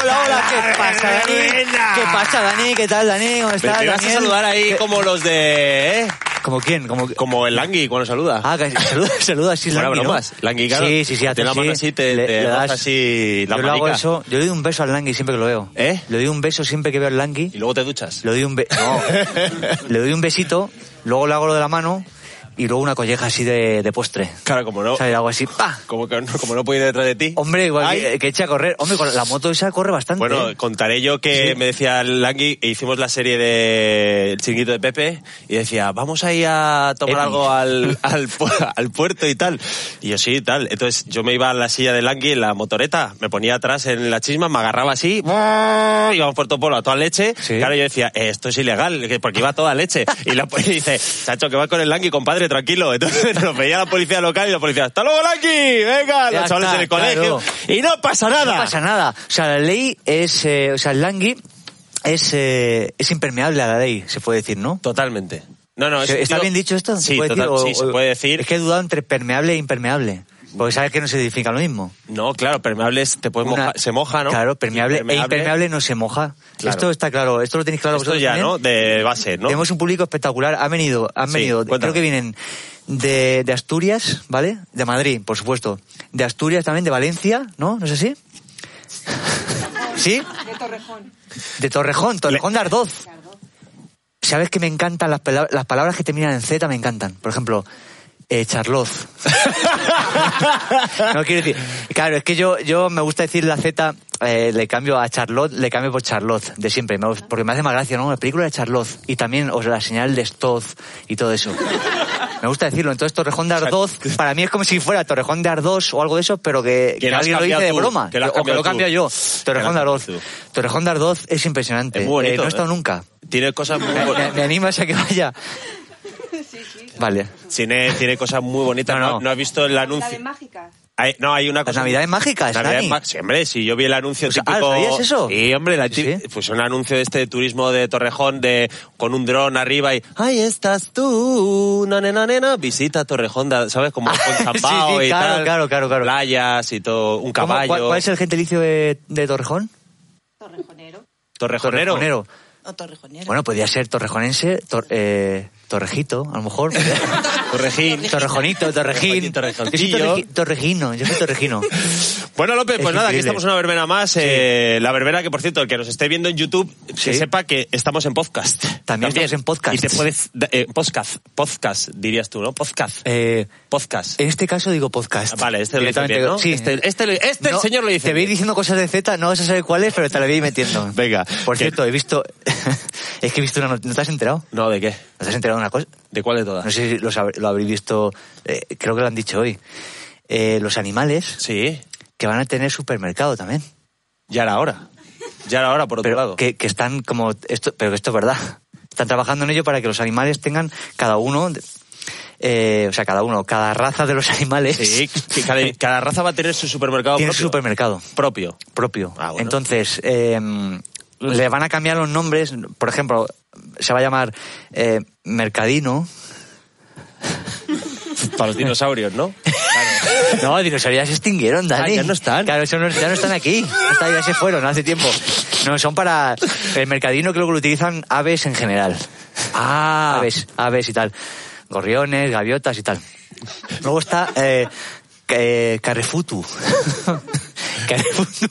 ¿Qué pasa, Dani? ¿Qué pasa, Dani? ¿Qué tal, Dani? ¿Cómo Te, estás, te vas a Daniel? saludar ahí como los de... ¿eh? ¿Como quién? ¿Como Como el Langui cuando saluda. Ah, que saluda, saluda así Fuera Langui, ¿no? bromas. Langui, claro. Sí, sí, sí. hace Te la mano así, te- te rozas así la yo lo hago manica. eso. Yo le doy un beso al Langui siempre que lo veo. ¿Eh? Le doy un beso siempre que veo al Langui. Y luego te duchas. Le doy un be- no. le doy un besito, luego le hago lo de la mano y luego una colleja así de, de postre. Claro, como no... O sea, le hago así, ¡pa! Como, que no- como no puedo ir detrás de ti. Hombre, igual Ay. que, que eche a correr. Hombre, con la moto esa corre bastante. Bueno, ¿eh? contaré yo que me decía Langui, e hicimos la serie de El Chinguito de Pepe, y decía, vamos ahí a tomar Epi. algo al, al, pu- al puerto y tal. Y yo sí, tal. Entonces yo me iba a la silla de Langui, en la motoreta, me ponía atrás en la chisma, me agarraba así, ¡buah! íbamos por todo polo a toda leche. Sí. Claro, yo decía, "Eh, esto es ilegal, que- porque iba a toda leche. Y la policía dice, Chacho, que va con el Langui, compadre, tranquilo. Entonces nos veía la policía local y la policía, ¡hasta luego, Langui! Venga, Ya los chavales está, en el colegio. claro. Y no pasa nada. No pasa nada. O sea, la ley es... eh, o sea, el Langui es, eh, es impermeable a la ley, se puede decir, ¿no? Totalmente. No, no, es un ¿Está tío- bien dicho esto? ¿Se Sí, puede total- decir? sí, O- se o- puede decir. Es que he dudado entre permeable e impermeable. Porque sabes que no se edifica lo mismo. No, claro, permeable es- te puedes Una- mojar- se moja, ¿no? Claro, permeable, e Impermeable, impermeable no se moja. Claro. Esto está claro, esto lo tenéis claro Esto vosotros ya, también. ¿no? De base, ¿no? Tenemos un público espectacular. Han venido, han Sí, venido, cuéntame. creo que vienen de, de Asturias, ¿vale? De Madrid, por supuesto. De Asturias también, de Valencia, ¿no? ¿No es así? ¿Sí? De Torrejón. De Torrejón, Torrejón de Ardoz. ¿Sabes que me encantan las, pala- las palabras que terminan en Z? Me encantan. Por ejemplo, eh, charloz. no quiero decir. Claro, es que yo, yo me gusta decir la Z, eh, le cambio a Charlotte, le cambio por Charlotte de siempre. me- porque me hace más gracia, ¿no? La película de Charlotte. Y también, o sea, la señal de Stoz y todo eso. Me gusta decirlo. Entonces, Torrejón de Ardoz, para mí es como si fuera Torrejón de Ardoz o algo de eso, pero que, Que lo has alguien lo dice cambiado de tú, broma. que lo has o que cambiado lo tú. cambio yo. Torrejón Que de lo has Ardoz. cambiado Torrejón de Ardoz es impresionante. Es muy bonito, Eh, no he estado ¿eh? nunca. Tiene cosas muy ¿Me, bonitas. me animas a que vaya? Vale. Tiene, tiene cosas muy bonitas. No, No, no. no has visto el La de anuncio. mágica. Hay- no, hay una Las cosa. navidades mágicas, Navidades Dani. ma- sí, hombre, si yo vi el anuncio sea, ah, típico. ¿sabías eso? Sí, hombre, la Sí, tip- sí. pues un anuncio este de turismo de Torrejón de con un dron arriba y ahí estás tú, na nena nena, visita Torrejón, da- ¿sabes? Como con Sí, Zambao sí, y claro, tal. claro, claro, claro. Playas y todo, un ¿Cómo? caballo. ¿Cuál, cuál es el gentilicio de, de Torrejón? Torrejonero. Torrejonero. Torrejonero. O torrejonero. Bueno, podría ser torrejonense, tor- eh, torrejito, a lo mejor. Torrejín. Torrejonito, torrejín. Torrejoncillo. Yo soy torreji- torrejino, yo soy torrejino. Bueno, López, Es pues nada, aquí increíble. estamos en una verbena más. eh, la verbena que, por cierto, el que nos esté viendo en YouTube, Sí. que sepa que estamos en podcast. También estamos en podcast. Y te puedes... da- eh, podcast, podcast, dirías tú, ¿no? Podcast. Eh, podcast. en este caso digo podcast. Vale, este lo dice Directamente, bien, ¿no? Sí. Este, este lo- este No, el señor lo dice Te voy bien. diciendo cosas de Z, no vas a saber cuáles, pero te la voy a ir metiendo. Venga, Por que- cierto, he visto... es que he visto una... not- ¿No te has enterado? No, ¿de qué? ¿No te has enterado de una cosa? ¿De cuál de todas? No sé si lo, sab- lo habréis visto, eh, creo que lo han dicho hoy. Eh, los animales Sí, que van a tener supermercado también. ya era hora. Ya era hora, por otro Pero lado. que, que están como. Esto, pero que esto es verdad. Están trabajando en ello para que los animales tengan cada uno. eh, o sea, cada uno, cada raza de los animales Sí, que cada, cada raza va a tener su supermercado tiene propio. su supermercado propio. propio. Ah, bueno. Entonces, eh, le van a cambiar los nombres. Por ejemplo, se va a llamar eh, Mercadino. Para los dinosaurios, ¿no? No, dinosaurios ya se extinguieron, Dani. Ah, ya no están. Claro, eso no- ya no están aquí. No están, ya se fueron hace tiempo. No, son para el mercadino creo que lo utilizan aves en general. Ah. Aves, aves y tal. Gorriones, gaviotas y tal. Luego está eh, ca- eh, Carrefutu. Carrefutu.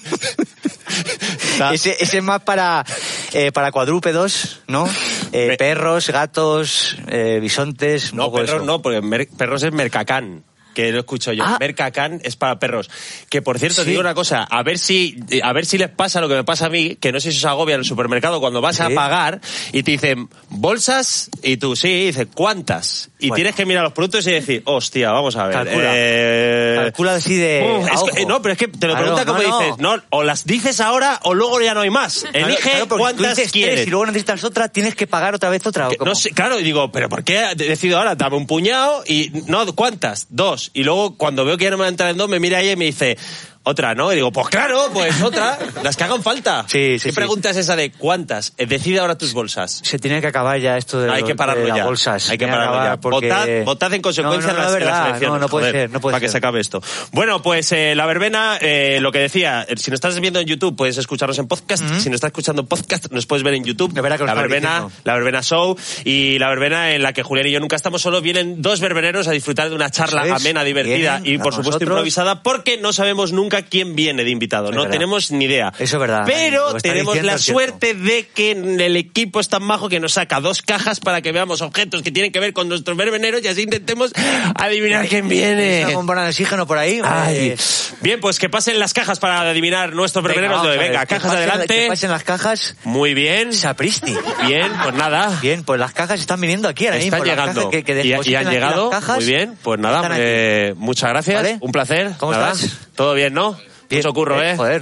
Da- Ese, ese es más para, eh, para cuadrúpedos, ¿no? Eh, Me- Perros, gatos, eh, bisontes, un No, poco perros eso. no, porque mer- perros es mercacán. Que lo escucho yo. Ah. Mercacán es para perros. Que por cierto, Sí. te digo una cosa, a ver si, eh, a ver si les pasa lo que me pasa a mí, que no sé si os agobia en el supermercado cuando vas a Sí. pagar y te dicen bolsas y tú sí, y dices cuántas. Y Bueno. tienes que mirar los productos y decir, hostia, vamos a ver. Calcula. eh, Calcula así de. Uf, a es que- ojo. eh, no, pero es que te lo Claro, pregunta como no, no. dices, no, o las dices ahora o luego ya no hay más. Claro, Elige claro, porque tú cuántas dices tres quieres. Y luego necesitas otra, tienes que pagar otra vez otra. ¿o Que cómo? no sé, claro, y digo, pero ¿por qué decido ahora? Dame un puñado y no, ¿cuántas? Dos. Y luego cuando veo que ya no me van a entrar en dos, me mira ella y me dice, Otra, ¿no? Y digo, pues claro, pues otra. Las que hagan falta. Sí, sí, ¿Qué sí. pregunta es esa de cuántas? Eh, Decide ahora tus bolsas. Se tiene que acabar ya esto de, Hay lo- que pararlo de las ya. bolsas. Hay que Tiene pararlo acabar ya. porque- Votad, votad en consecuencia no, no, no, las, es verdad. las elecciones. No, no puede joder, ser, no puede Para que ser. se acabe esto. Bueno, pues eh, la verbena, eh, lo que decía, eh, si nos estás viendo en YouTube, puedes escucharnos en podcast. Si nos estás escuchando en podcast, nos puedes ver en YouTube. De verdad que lo la estaba verbena, diciendo. la verbena show y la verbena en la que Julián y yo nunca estamos solos. Vienen dos verbeneros a disfrutar de una charla Eso es. amena, divertida Vienen y, por a supuesto, nosotros. improvisada, porque no sabemos nunca quién viene de invitado. no verdad. tenemos ni idea. Eso es verdad, Dani, lo Pero que está tenemos diciendo la es cierto. suerte suerte de que el equipo es tan majo que nos saca dos cajas para que veamos objetos que tienen que ver con nuestros verbeneros y así intentemos adivinar quién Una viene. bombona de oxígeno por ahí. Ay. Eh, Bien, pues que pasen las cajas para adivinar nuestros verbeneros. vamos Venga, a ver, que cajas pasen- adelante. Que pasen las cajas. Muy bien. Sapristi. Bien, pues nada. Bien, pues las cajas están viniendo aquí ahora Están mismo. las llegando. cajas que- que y, y depositen han aquí las llegado. cajas Muy bien, pues están nada. aquí. eh, muchas gracias. Vale. Un placer. ¿Cómo Nada. estás? Todo bien, ¿no? Bien, Mucho curro, ¿eh? Joder.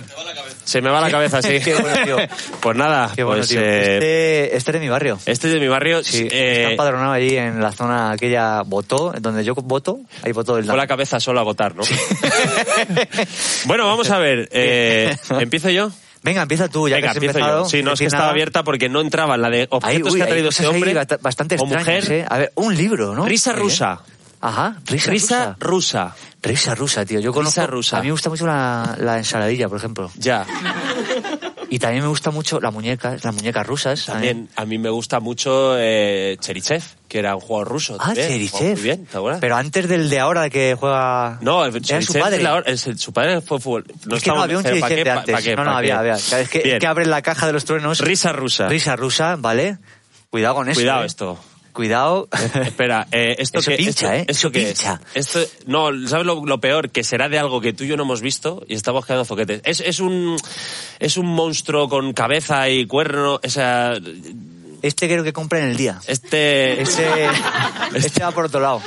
Se me va la cabeza, sí. Qué bueno, tío. Pues nada, Ah, Qué bueno, pues, tío. eh, Este, este es de mi barrio. Este es de mi barrio. Sí, eh, está empadronado allí en la zona aquella Botó, donde yo voto, ahí voto del Fue la cabeza solo a votar, ¿no? bueno, vamos a ver. eh, ¿Empiezo yo? Venga, empieza tú, Pues ya Venga, que has empiezo empezado. yo. Sí, no, es que decir estaba nada. abierta porque no entraba la de objetos Ahí, uy, que ha hay traído cosas ese ahí hombre bata- bastante o extrañas, mujer. ¿eh? A ver, un libro, ¿no? Risa Muy rusa. bien. Ajá, risa, Risa rusa. rusa. Risa rusa, tío. Yo conozco. Risa rusa. A mí me gusta mucho la, la ensaladilla, por ejemplo. Ya. Y también me gusta mucho la muñeca, las muñecas rusas. ¿eh? También a mí me gusta mucho eh, Cherichev, que era un jugador ruso. Ah, también. Jugaba Cherichev. Muy bien, ¿te acuerdas? Pero antes del de ahora que juega. No, el era su Cherichev padre. de la hora- el- su padre fue fútbol. No es que no estamos- había un pero ¿pa' qué? dirigente ¿Pa- antes. pa' qué? no, ¿Pa' no qué? había, había. Es que, Bien. es que abren la caja de los truenos. Risa rusa. Risa rusa, ¿vale? Cuidado con eso. Cuidado eh. esto. Cuidado. Espera, eh, esto Eso que pincha, esto, ¿eh? esto Eso que pincha. esto no, ¿sabes lo, lo peor? Que será de algo que tú y yo no hemos visto y estamos quedando zoquetes. Es, es un es un monstruo con cabeza y cuerno, o sea, Este creo que compra en el día. este Este, este va por otro lado.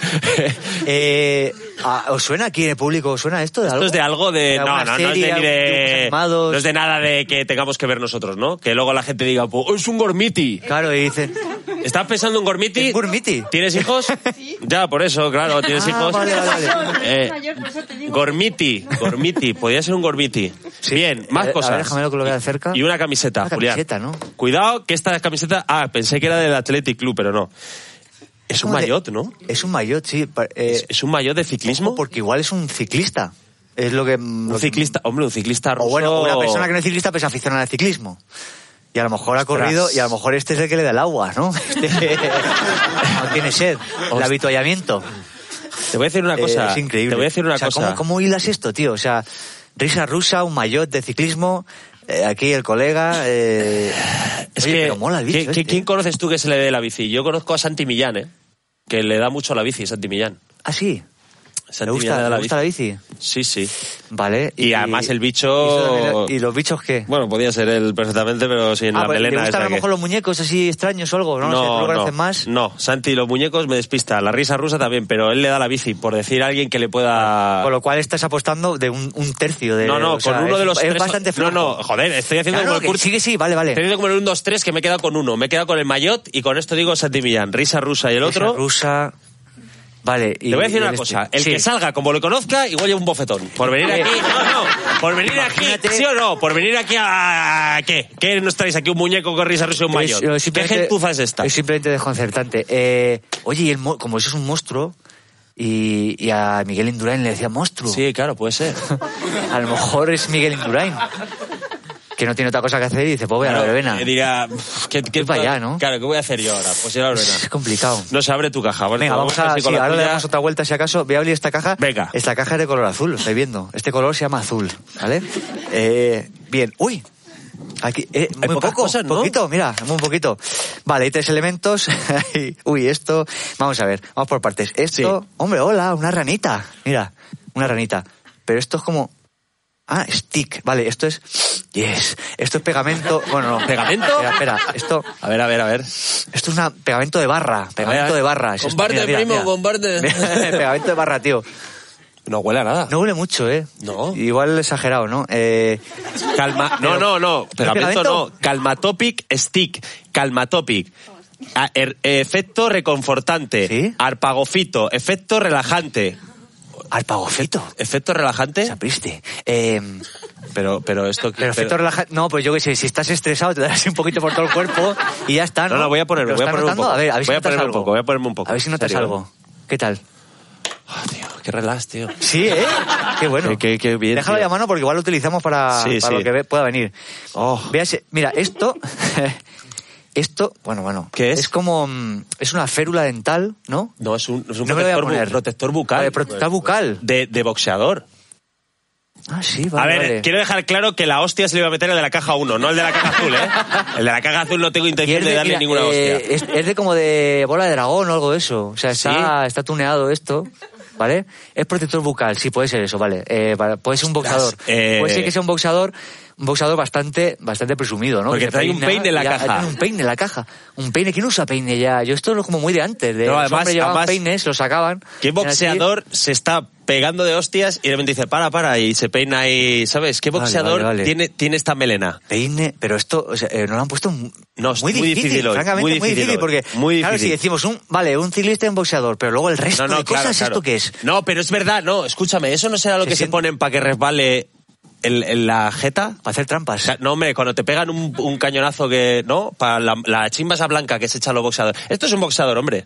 Eh, ah, ¿Os suena aquí en el público? ¿Os suena esto de algo? esto es de algo de, no, alguna no, no es de serie, ni dibujos de animados. no es de nada de que tengamos que ver nosotros, ¿no? Que luego la gente diga, pues, "Oh, es un gormiti." Claro, y dicen... ¿Estás pensando en gormiti? ¿En gormiti? ¿Tienes hijos? Ya, por eso, claro, tienes Ah, hijos. vale, vale, vale. Eh, Mayor, por eso te digo. Gormiti, Gormiti, podía ser un Gormiti. Bien, más A ver, cosas. A ver, déjame que lo vea de cerca. Y una camiseta, Una Julián. camiseta, ¿no? Cuidado, que esta camiseta. Ah, pensé que era del Athletic Club, pero no. Es un Como de- maillot, ¿no? Es un maillot, sí. pa- eh, Es, es un maillot de ciclismo. ojo, Porque igual es un ciclista. Es lo que... Un ciclista, hombre, un ciclista ruso. O bueno, una persona que no es ciclista, pues aficionada al ciclismo. Y a lo mejor ha corrido, y a lo mejor este es el que le da el agua, ¿no? Este- no tiene sed. El Ostras. habituallamiento. Te voy a decir una Eh, cosa. es increíble. Te voy a decir una O sea, cosa. ¿cómo, cómo hilas esto, tío? O sea, risa rusa, un maillot de ciclismo, eh, aquí el colega... eh, Es oye, que, pero mola el bicho ¿quién, este, quién ¿eh? conoces tú que se le dé la bici? Yo conozco a Santi Millán, ¿eh? Que le da mucho a la bici, Santi Millán. Ah, sí. ¿Le Santi Millán le gusta, da le gusta la bici? Sí, sí. Vale. Y además el bicho- ¿Y, eso de- ¿y los bichos qué? Bueno, podía ser él perfectamente, pero sin ah, la pues, melena ¿Le gustan esa a lo que- mejor los muñecos así extraños o algo? No, no, sé, ¿tú lo conoces más? no, Santi, los muñecos me despista, la risa rusa también, pero él le da la bici, por decir a alguien que le pueda... Con lo cual estás apostando de un, un tercio de... no, no, o sea, con uno es- de los Es tres... bastante flojo. No, no, joder, estoy haciendo Claro, como el que curso... sí, que sí, vale, Estoy vale. haciendo como el 1, 2, 3, que me he quedado con uno, me he quedado con el Mayotte y con esto digo Santi Millán, risa rusa y el otro... Esa rusa... Vale, y... Te voy a y decir el una este. cosa, el Sí. que salga como lo conozca, igual lleva un bofetón. Por venir aquí, no, no, por venir aquí, Imagínate. sí o no, por venir aquí a... ¿Qué? ¿Qué nos traéis aquí un muñeco con risa rusa y un Es, Mayotte? eh, ¿Qué simplemente- gentuza es esta? Es simplemente desconcertante. Eh, oye, y el mo- como eso es un monstruo, y, y a Miguel Indurain le decía monstruo. Sí, claro, puede ser. A lo mejor es Miguel Indurain, que no tiene otra cosa que hacer y dice, pues voy a la Claro, verbena. que diría, "Pff, ¿qué, qué, Voy para allá, ¿no? Claro, ¿qué voy a hacer yo ahora? Pues ir a la verbena. Es complicado. No se abre tu caja, ¿vale? Venga, Te vamos vuelves a... así sí, con la ahora le tuya. damos otra vuelta si acaso. Voy a abrir esta caja. Venga. Esta caja es de color azul, lo estáis viendo. Este color se llama azul, ¿vale? Eh, bien. Uy. Aquí, eh, Hay muy pocas poco, cosas, ¿no? poquito, mira, muy poquito. Vale, hay tres elementos. Uy, esto, vamos a ver, vamos por partes. Esto, hombre, hola, una ranita. Mira, una ranita. Pero esto es como, ah, stick, vale, esto es, yes, esto es pegamento, bueno, no. ¿Pegamento? Espera, espera, esto, A ver, a ver, a ver. esto es una pegamento de barra, pegamento de barra. es esto. Comparte, primo, comparte. pegamento de barra, tío. No huele a nada. No huele mucho, ¿eh? No. Igual exagerado, ¿no? Eh, Calma. No, Pero- no, no. ¿Pero Pegamento no. pegamento? Calmatopic stick. Calmatopic. A- er- efecto reconfortante. ¿Sí? Arpagofito. Efecto relajante. Arpago feto. ¿Efecto relajante? Sapriste. Eh, Pero, pero esto... pero efecto relajante. No, pues yo que sé, si estás estresado te das un poquito por todo el cuerpo y ya está. No, No, no, voy a poner, ¿Lo voy a estás poner un notando? poco. A ver, a ver si voy a notas ponerme algo. un poco, voy a ponerme un poco. A ver si notas Serio. algo. ¿Qué tal? Ah, tío, qué relax, tío. Sí, ¿eh? Qué bueno. Qué- qué- qué bien, Déjalo tío. ya a mano porque igual lo utilizamos para, Sí, para sí. lo que ve- pueda venir. Oh. Véase- mira, esto... esto, bueno, bueno. ¿Qué es? Es como... mm, Es una férula dental, ¿no? No, es un, es un No me lo voy a protector, bu- poner. protector bucal. Pues, Vale, protector bucal. De, de boxeador. Ah, sí, vale, a ver, vale. eh, quiero dejar claro que la hostia se le iba a meter el de la caja 1, no el de la caja azul, ¿eh? El de la caja azul no tengo Y intención es de, de, darle mira, ninguna eh, hostia. es, es de como de bola de dragón o algo de eso. O sea, está, está tuneado esto, ¿vale? Es protector bucal, sí, puede ser eso, ¿vale? Eh, para- puede ser un boxador. eh. Puede ser que sea un boxador un boxador bastante bastante presumido, ¿no? Porque Que se trae un peine en la ya- ya caja. tiene un peine en la caja. Un peine, ¿quién usa peine ya? Yo esto lo como muy de antes. De, No, los además- hombres llevaban además- peines, los sacaban. ¿Qué hacían así. boxeador se está pegando de hostias y de repente dice, para, para, y se peina y, ¿sabes? ¿Qué Vale, boxeador vale, vale. Tiene, tiene esta melena? Peine, pero esto, o sea, eh, nos lo han puesto mu- No, es muy, muy difícil, difícil hoy, francamente, muy muy difícil difícil, hoy, porque, muy claro, si difícil. decimos, un, vale, un ciclista y un boxeador, pero luego el resto No, no, de claro, cosas, claro. ¿esto qué es? No, pero es verdad, no, escúchame, ¿eso no será lo Se que se siente- ponen para que resbale el- el- la jeta? Para hacer trampas. O sea, no, hombre, cuando te pegan un, un cañonazo que, ¿no? Para la, la chimba esa blanca que se echa a los boxeadores. Esto es un boxeador, hombre.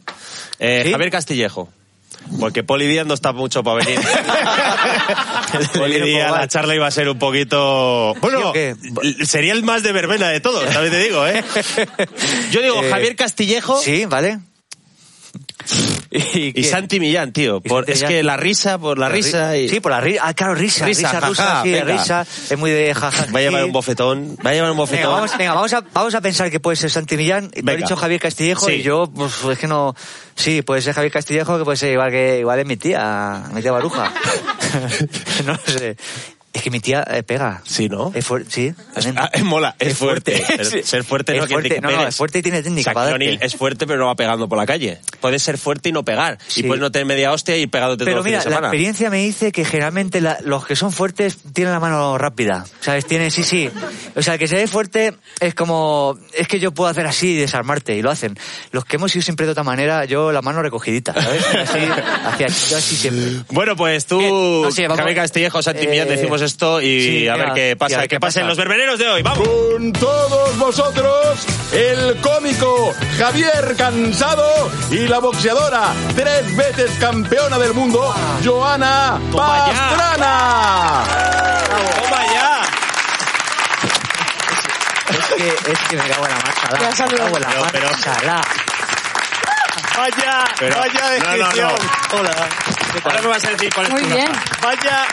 Eh, ¿Sí? Javier Castillejo. Porque Poli Díaz no está mucho para venir. Poli Poli viene un Díaz, poco la mal. charla iba a ser un poquito... Bueno, o qué? sería el más de verbena de todos, también te digo, ¿eh? Yo digo, Eh, Javier Castillejo Sí, ¿vale? ¿Y, y qué? eh, Santi Millán, tío. ¿Y Por, Santi es Millán? que la risa, por la Ri- risa y... Sí, por la risa. Ah, claro, risa. Risa, Risa, jaja, rusa, sí, venga. risa. Es muy de jaja. Va a llevar sí. un bofetón, va a llevar un Venga, bofetón. vamos, venga, vamos a, vamos a pensar que puede ser Santi Millán. Lo ha Venga. dicho Javier Castillejo Sí. y yo, pues es que no. Sí, puede ser Javier Castillejo, que puede ser igual que igual es mi tía, mi tía Baruja. no lo sé. Es que mi tía eh, pega. Sí, ¿no? Es fuerte, sí. Ah, eh, mola, es, fuerte. Pero Sí. Ser fuerte no es que fuerte, te no, no, pegues. es fuerte y tiene técnica O sea, para Keanu Reeves darte. es fuerte pero no va pegando por la calle. Puedes ser fuerte y no pegar. Y Sí. puedes no tener media hostia y ir pegándote todo Pero el fin mira, de la semana. experiencia me dice que generalmente la- los que son fuertes tienen la mano rápida. ¿Sabes? Tiene, sí, sí. O sea, el que se ve fuerte es como, es que yo puedo hacer así y desarmarte, y lo hacen. Los que hemos ido siempre de otra manera, yo la mano recogidita, ¿sabes? Así, hacia, yo así siempre. Bueno, pues tú, Bien, no sé, vamos- Javier Castillejo, Santi Millán, Eh, decimos esto y sí, a ver venga, qué sí, a pasa. ver Que qué pasen pasa. Uh. los verbeneros de hoy. ¡Vamos! Con todos vosotros, el cómico Javier Cansado y la boxeadora, tres veces campeona del mundo, Joana Toma ya. Pastrana. ¡Toma ya! Es que, es que me cago en la marcha, la, me cago en la Pero, pero- marcha, la. ¡Vaya! ¡Vaya descripción! Hola. ¿Qué Ahora tal? me vas a decir cuál es Muy tu bien. nota. ¡Vaya,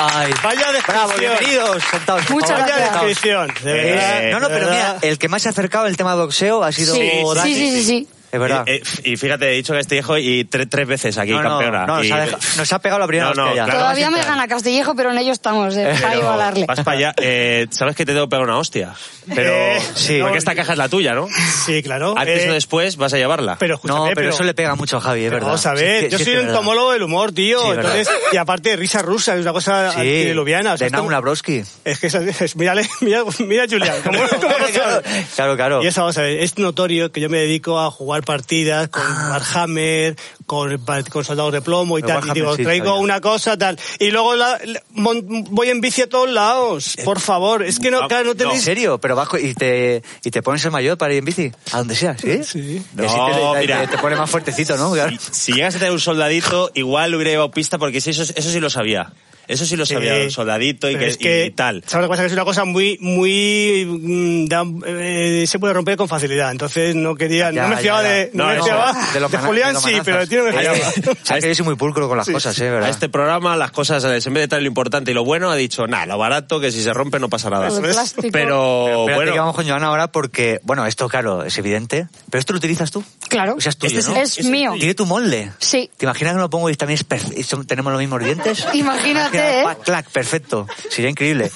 Ay. vaya Bravo, bienvenidos, sentados. por Muchas favor, gracias. sentaos. de Eh, verdad, no, no, de pero verdad. mira, el que más se ha acercado al tema de boxeo ha sido Sí, Dani. sí, sí, sí, sí. Es verdad. Eh, eh, y fíjate, he dicho Castillejo y tres, tres veces aquí, no, no, campeona. no, nos, Y- ha deja- nos ha pegado la primera No, no, vez que ya. claro. Todavía me gana Castillejo, pero en ello estamos, eh, para Pero igualarle. Vas para allá. Eh, Sabes que te tengo que pegar una hostia. Pero. Eh, sí. Porque esta caja es la tuya, ¿no? Sí, claro. Antes Eh, o después vas a llevarla. Pero No, escúchame, pero, eso le pega mucho a Javi, es verdad. Vamos a Sí, ver, sí, sí, yo es soy que es un verdad. entomólogo del humor, tío. Sí, es verdad. entonces, y aparte, risa rusa, es una cosa Sí, antidiluviana. o sea, de esto- Nauna Broski. Es que es, es- mírale, mira, mira a Julián, cómo, cómo lo claro, sabe. claro, claro. Y eso, vamos a ver, es notorio que yo me dedico a jugar partidas con Warhammer, con, con soldados de plomo y Pero tal. Ah. Warhammer y digo, sí, traigo sabía. una cosa, tal. Y luego la- la- mon- voy en bici a todos lados, Eh, por favor. Es que no, Ah, claro, no no. ¿En tenéis... serio? ¿Pero bajo y te, y te pones el mayor para ir en bici? ¿A donde sea? ¿Sí? Sí. Y así No, te, mira. te, te pone más fuertecito, ¿no? Claro. Si llegas a tener un soldadito, igual hubiera llevado pista porque si eso, eso sí lo sabía. Eso sí lo sabía, Sí. un soldadito y, Pero que, es que, y tal. ¿Sabes lo que pasa? Que es una cosa muy, muy, mm, da- eh, se puede romper con facilidad. Entonces no quería, Ya, no me ya, fiaba ya. de, no, me no, fiaba de, los mana- Julián los sí, manazas. pero de ti no me Es fiaba. que- es que yo soy muy pulcro con las cosas, ¿eh? ¿verdad? A este programa las cosas, ¿sabes? en vez de traer lo importante y lo bueno, ha dicho, nada, lo barato, que si se rompe no pasa nada. Lo de plástico. Pero, Espérate que bueno, vamos con Joana ahora porque, bueno, esto claro, es evidente, pero esto lo utilizas tú. Claro. O sea, es tuyo, Este ¿no? es- es mío. Tiene tu molde. Sí. ¿Te imaginas que lo pongo y también es perf- y son- tenemos los mismos dientes? Imagínate, Queda ¿eh? pa- clac, perfecto. Sería increíble.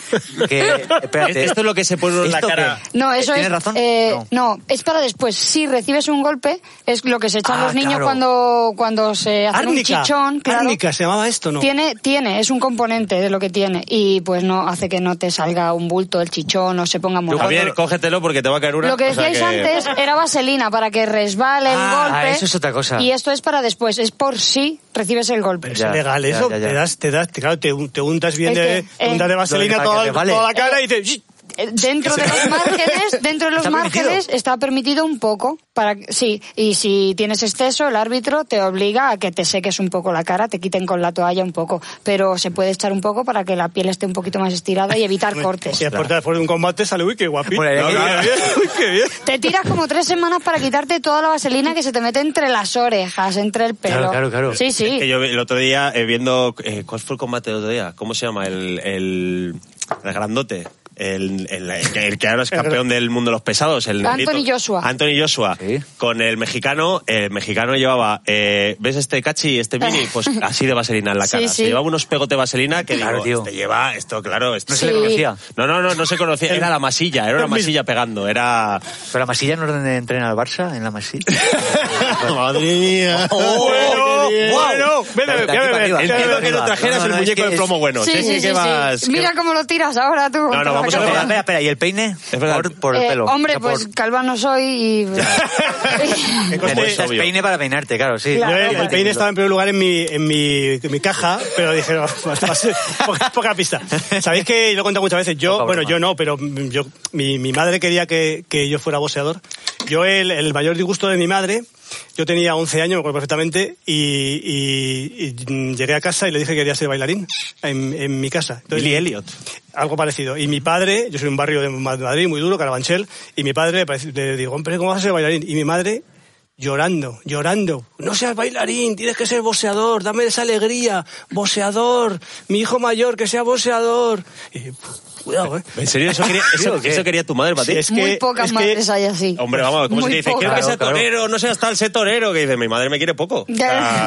Que, espérate, esto es lo que se pone uno en la ¿esto cara. qué? No, eso ¿Tienes es. Eh, razón? eh, no. es para después. Si recibes un golpe, es lo que se echan Ah, los niños claro. cuando, cuando, cuando se hace un Árnica. chichón, claro, Árnica, ¿se llamaba esto, no? Tiene, tiene, es un componente de lo que tiene. Y pues no hace que no te salga un bulto el chichón o se ponga morado. Javier, cógetelo porque te va a caer una. Lo que o sea decíais antes era vaselina para que resbale Ah, el golpe. eso es otra cosa. Y esto es para después, es por si recibes el golpe. Es Ya, legal ya, eso. ya, ya. Te das, te das, claro, te, un- te untas bien Es de, que, te untas eh, de vaselina Para toda, que te vale. toda la cara y te. ¡shh! Eh, Dentro de los márgenes, dentro de los ¿Está permitido? márgenes está permitido un poco para sí, y si tienes exceso el árbitro te obliga a que te seques un poco la cara, te quiten con la toalla un poco, pero se puede echar un poco para que la piel esté un poquito más estirada y evitar cortes. Y después, después de un combate sale, uy, qué guapito. Bueno, No, eh, no, eh, bien, uy, qué bien. Te tiras como tres semanas para quitarte toda la vaselina que se te mete entre las orejas, entre el pelo. Claro, claro, claro. Sí, sí. Es que yo vi- el otro día, eh, viendo. eh, ¿Cuál fue el combate del otro día? ¿Cómo se llama? El. El, el grandote. El, el- el que- el que ahora es campeón del mundo de los pesados, el Anthony negrito. Joshua. Anthony Joshua. Sí. Con el mexicano, el mexicano llevaba, eh, ¿ves este cachi y este mini? Pues así de vaselina en la Sí, cara. sí. Se llevaba unos pegotes de vaselina que Claro, digo, tío. te lleva esto, claro, esto No se le Sí. conocía. No, no, no, no se conocía, era la masilla, era una masilla pegando, era... Pero la masilla no es donde entrena el Barça, en la masilla. Madre mía. bueno, bueno, Pero vete, de aquí vete, vete. para arriba, de aquí Entiendo para que no arriba. trajeras No, no, el no, es muñeco que de plomo es- bueno. Sí, sí, sí, que sí, sí. vas- que- Mira cómo lo tiras ahora tú. no, Te vas a vamos a acabar. Espera, probar. espera, espera, ¿y el peine? Es verdad. Por, por el Eh, pelo. Hombre, O sea, por- pues calva no soy y... Qué cosa Como Necesitas es obvio. peine para peinarte, claro, sí. Claro, Yo, el- el para- peine estaba en primer lugar en mi, en mi, en mi caja, pero dije, no, basta, basta, poca, poca pista. Sabéis que lo he contado muchas veces, yo, Poca bueno, broma. yo no, pero mm, yo, mi, mi madre quería que, que yo fuera boxeador. Yo, el, el mayor disgusto de mi madre, yo tenía 11 años, me acuerdo perfectamente, y, y- y, mm, llegué a casa y le dije que quería ser bailarín en, en mi casa. Entonces, Billy Elliot. algo parecido. Y mi padre, yo soy de un barrio de Ma- Madrid muy duro, Carabanchel, y mi padre le, parece- le digo, hombre, ¿cómo vas a ser bailarín? Y mi madre llorando, llorando, no seas bailarín, tienes que ser boxeador, dame esa alegría, boxeador, mi hijo mayor que sea boxeador. Y, puf, cuidado, eh. ¿En serio? ¿Eso quería, eso- ¿Qué? eso quería tu madre para ti? Sí, es- Muy que- pocas es que- madres hay así. Hombre, vamos, ¿cómo se Muy te dice? Quiero que pocas. sea Claro, claro. torero, no seas tal, sé torero. Que dice, mi madre me quiere poco. O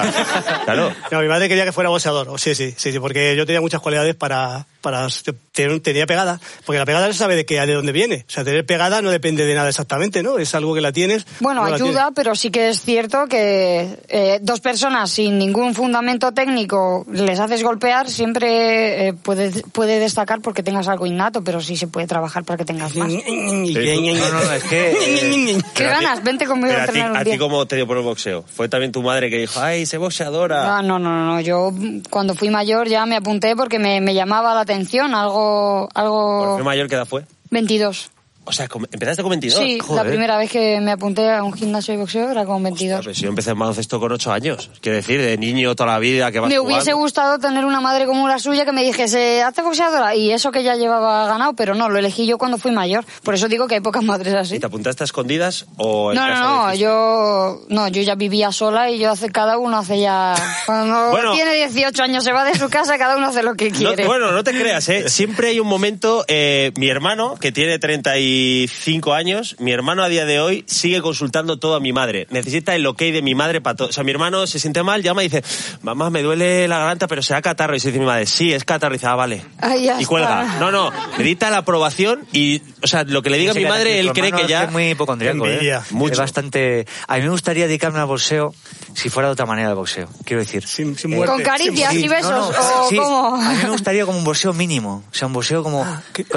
sea, claro. No, mi madre quería que fuera boxeador, o sí, sí, sí, sí, porque yo tenía muchas cualidades para, para tener- tenía pegada, porque la pegada no se sabe de qué, de dónde viene, o sea, tener pegada no depende de nada exactamente, ¿no? Es algo que la tienes. Bueno, no la ayuda, pero sí que es cierto que eh, dos personas sin ningún fundamento técnico les haces golpear, siempre eh, puede, puede destacar porque tengas algo innato, pero sí se puede trabajar para que tengas más. tienes. No, no, no, es que... eh, ¿Qué Pero a ti- ganas? Vente conmigo pero a a ti, entrenar un ¿A día. ti cómo te dio por el boxeo? ¿Fue también tu madre que dijo, ay, sé boxeadora? Ah, no, no, no, no, Yo mm, cuando fui mayor ya me apunté porque me, me llamaba la atención algo... ¿Por qué algo mayor que edad fue? 22. O sea, com- empezaste con 22. Sí, Joder. la primera vez que me apunté a un gimnasio de boxeo era con 22. Ah, pero si yo empecé en baloncesto con 8 años. Quiero decir, de niño toda la vida que vas Me hubiese jugando. gustado tener una madre como la suya que me dijese, hazte boxeadora. Y eso que ya llevaba ganado, pero no, lo elegí yo cuando fui mayor. Por eso digo que hay pocas madres así. ¿Y te apuntaste a escondidas o No, en no, casa no, dijiste? yo, no, yo ya vivía sola y yo hace, cada uno hace ya, cuando Bueno. tiene 18 años se va de su casa, cada uno hace lo que No, quiere. bueno, no te creas, ¿eh? Siempre hay un momento, eh, mi hermano, que tiene 35 años, mi hermano a día de hoy sigue consultando todo a mi madre. Necesita el ok de mi madre para todo. O sea, mi hermano se siente mal, llama y dice, mamá, me duele la garganta, pero será catarro. Y se dice mi madre, sí, es catarro. Y dice, ah, vale. Ahí ya y cuelga. está. No, no, necesita la aprobación y, o sea, lo que le diga ese mi madre, él característico cree que hermano es ya... Es muy hipocondriaco, Envidia. ¿eh? Mucho. Es bastante... A mí me gustaría dedicarme al boxeo si fuera de otra manera el boxeo, quiero decir. Sin- sin Eh, muerte. Con caricias Sí, y besos, no, no, o sí, cómo. A mí me gustaría como un boxeo mínimo. O sea, un boxeo como.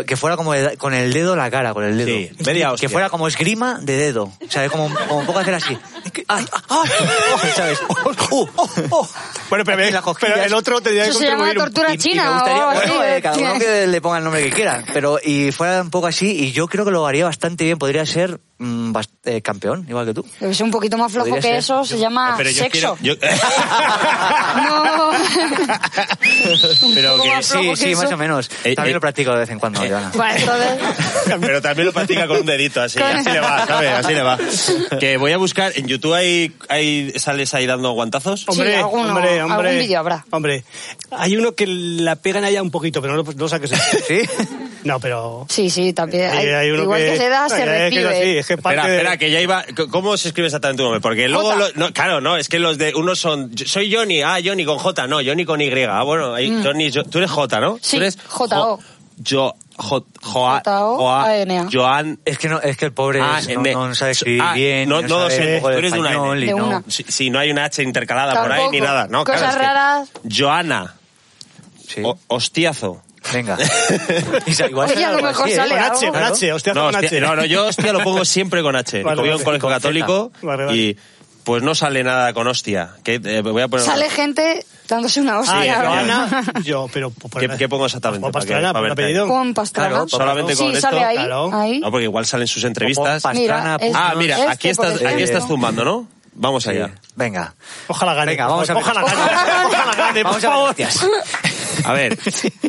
Que fuera como de- con el dedo la cara, con el dedo. Sí, media hostia. que fuera como esgrima de dedo. O sea, como, como poco hacer así. Ay, ay, ay, ¿Sabes? Uh, uh, uh. Bueno, pero, Aquí las cosquillas. pero el otro tenía que Eso se llama contribuir un- tortura Y- y china me o gustaría, algo así. bueno, eh, cada uno ¿eh? que le ponga el nombre que quiera. Pero y fuera un poco así, y yo creo que lo haría bastante bien. Podría ser mm, bast- eh, campeón, igual que tú. Debe ser un poquito más flojo Podría que ser. eso, se llama No, pero yo sexo. quiero- yo- No. Pero Un poco que más flojo Eh, Sí, que sí, eso. más o menos. Eh, También eh. lo practico de vez en cuando, Joana. Bueno, Pues entonces, Pero también lo practica con un dedito, así, Con- así le va, ¿sabes? Así le va. Que voy a buscar, en YouTube hay, hay sales ahí dando guantazos. Hombre, Sí, alguno- hombre, hombre. algún vídeo habrá. Hombre, hay uno que la pegan allá un poquito, pero no lo no saques. ¿Sí? No, pero... sí, sí, también. hay- hay uno Eh, igual que, se da, se hay- hay que- recibe. sí, es que parte Espera, de- espera, que ya iba. ¿Cómo se escribe exactamente tu nombre? Porque luego. Jota. lo- no, claro, no, es que los de. Unos son. yo- Soy Johnny, ah, Johnny con J, no, Johnny con Y. Ah, bueno, ahí, Johnny, yo- tú eres J, ¿no? Mm. Sí, Tú eres J.O.. Jo- Jo, jo, Joa- J-O, Joa- A-N-A. Joan Es que no, es que el pobre Ah, es- no, ne- no sabe escribir ah, bien, no- no, no lo sabe sé, un poco tú de eres de una español N. y De no. una. Sí, sí, no hay una H intercalada por ahí Ah. Tampoco. ni nada. No, Cosas claro, es que- raras. Joana. Sí. O- hostiazo. Oh. Venga. Y sa- igual Oye, sale a lo algo mejor así, ¿eh? sale Con H, con Claro. H, hostia, no, con hostia, H. no, no, yo hostia lo pongo siempre con H. Vale, Como vivo en vale. colegio Con Z. católico Vale, vale. y pues no sale nada con hostia. ¿Qué, Eh, voy a poner- Sale gente dándose una Ah, hostia. claro. Joana, yo, pero... pues, por- ¿Qué- qué pongo exactamente O para que- Pastrana, para por verte ahí? apellido. Con pastrana. Claro, pues solamente sí, con esto. sale ahí. claro. ahí. No, porque igual salen sus entrevistas. Ojo, Mira, Pastrana, es- Ah, mira, este, aquí por estás, aquí ejemplo. estás zumbando, ¿no? Vamos allá. Venga. Ojalá gane. Venga, vamos a ver. Ojalá gane. Ojalá gane, por Vamos a ver, favor. hostias. A ver,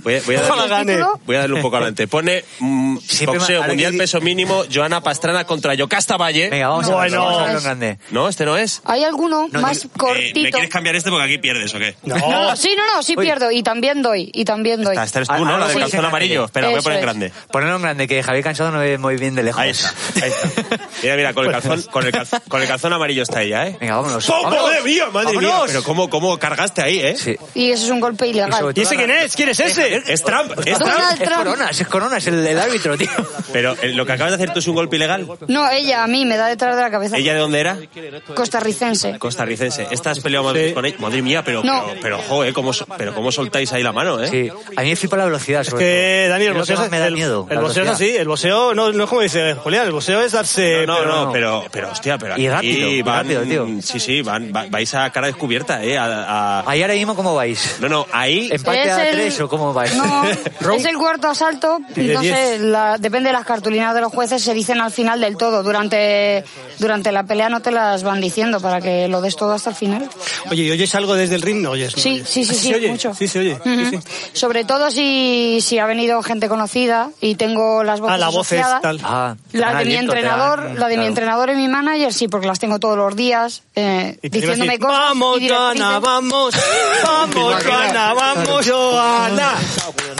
voy a, voy a Ojalá darle, gane. este título? voy a darle un poco adelante. Pone mm, Siempre boxeo, me- mundial aquí- peso mínimo, Joana Pastrana contra Yocasta Valle. Venga, vamos a verlo, Bueno. vamos a verlo en grande. No, este no es. Hay alguno No, más no, Eh, ¿Me cortito. quieres cambiar este porque aquí pierdes o qué? No. no, no, sí, no, no, sí Uy. pierdo. Y también doy, y también doy. Esta, esta este eres tú, Ah, ¿no? ah, La del sí. calzón amarillo. Espera, voy a Eso poner es. grande. Ponelo en grande, que Javier Cansado no ve muy bien de lejos. Ahí está, ahí está. Mira, mira, con el calzón, con el calzón, con el calzón amarillo está ella, ¿eh? Pues Venga, vámonos. ¡Oh, ¡Vámonos! ¡Madre mía, madre mía! ¡Vámonos! Pero cómo, cómo cargaste ahí, ¿eh? Sí. Y eso es un golpe ilegal. sobre todo- ¿Y ese quién es? ¿Quién es ese? Es Trump, es Trump. Donald Es Trump. Coronas, es Coronas, el, el árbitro, tío. Pero eh, lo que acabas de hacer tú es un golpe ilegal. No, ella a mí me da detrás de la cabeza. ¿Ella de dónde era? Pues, Costarricense. Costarricense. Esta has peleado más veces con ella. Madre mía, pero, No. pero, pero, jo, ¿eh? ¿Cómo, so- pero cómo soltáis ahí la mano, ¿eh? Sí. A mí me flipa la velocidad, sobre Que, todo. Dani, Es el lo que boxeo más es- me da el- miedo. El la boxeo es velocidad. así. El boxeo no, no es como dice Julián. El boxeo es darse... No, pero- no, no, pero, pero hostia, pero Y aquí rápido, van, rápido, tío. Sí, sí, van, va- vais a cara descubierta, ¿eh? A- a- Ahí ahora mismo, ¿cómo vais? no, no, ahí... ¿Empate Es a el- tres o cómo vais? No, es el cuarto asalto. de No sé, diez. la- depende de las cartulinas de los jueces, se dicen al final del todo. Durante, durante la pelea no te las van diciendo para que lo des todo hasta el final. Oye, ¿y oyes algo desde el ring? ¿No oyes? ¿No Sí, oyes? sí, sí, Ah, sí, se oye? mucho. Sí, se oye. Sí, Ujú. sí. Sobre todo si, si ha venido gente conocida y tengo las voces Ah, la voz es asociadas. tal. Ah, te La dan de mi aliento, te entrenador, dan- la de mi claro. entrenador y mi manager, sí, porque las tengo todos los días eh, Y te iba a diciéndome decir, cosas. vamos, y Joana, directrices. vamos, vamos, Joana, vamos, Joana.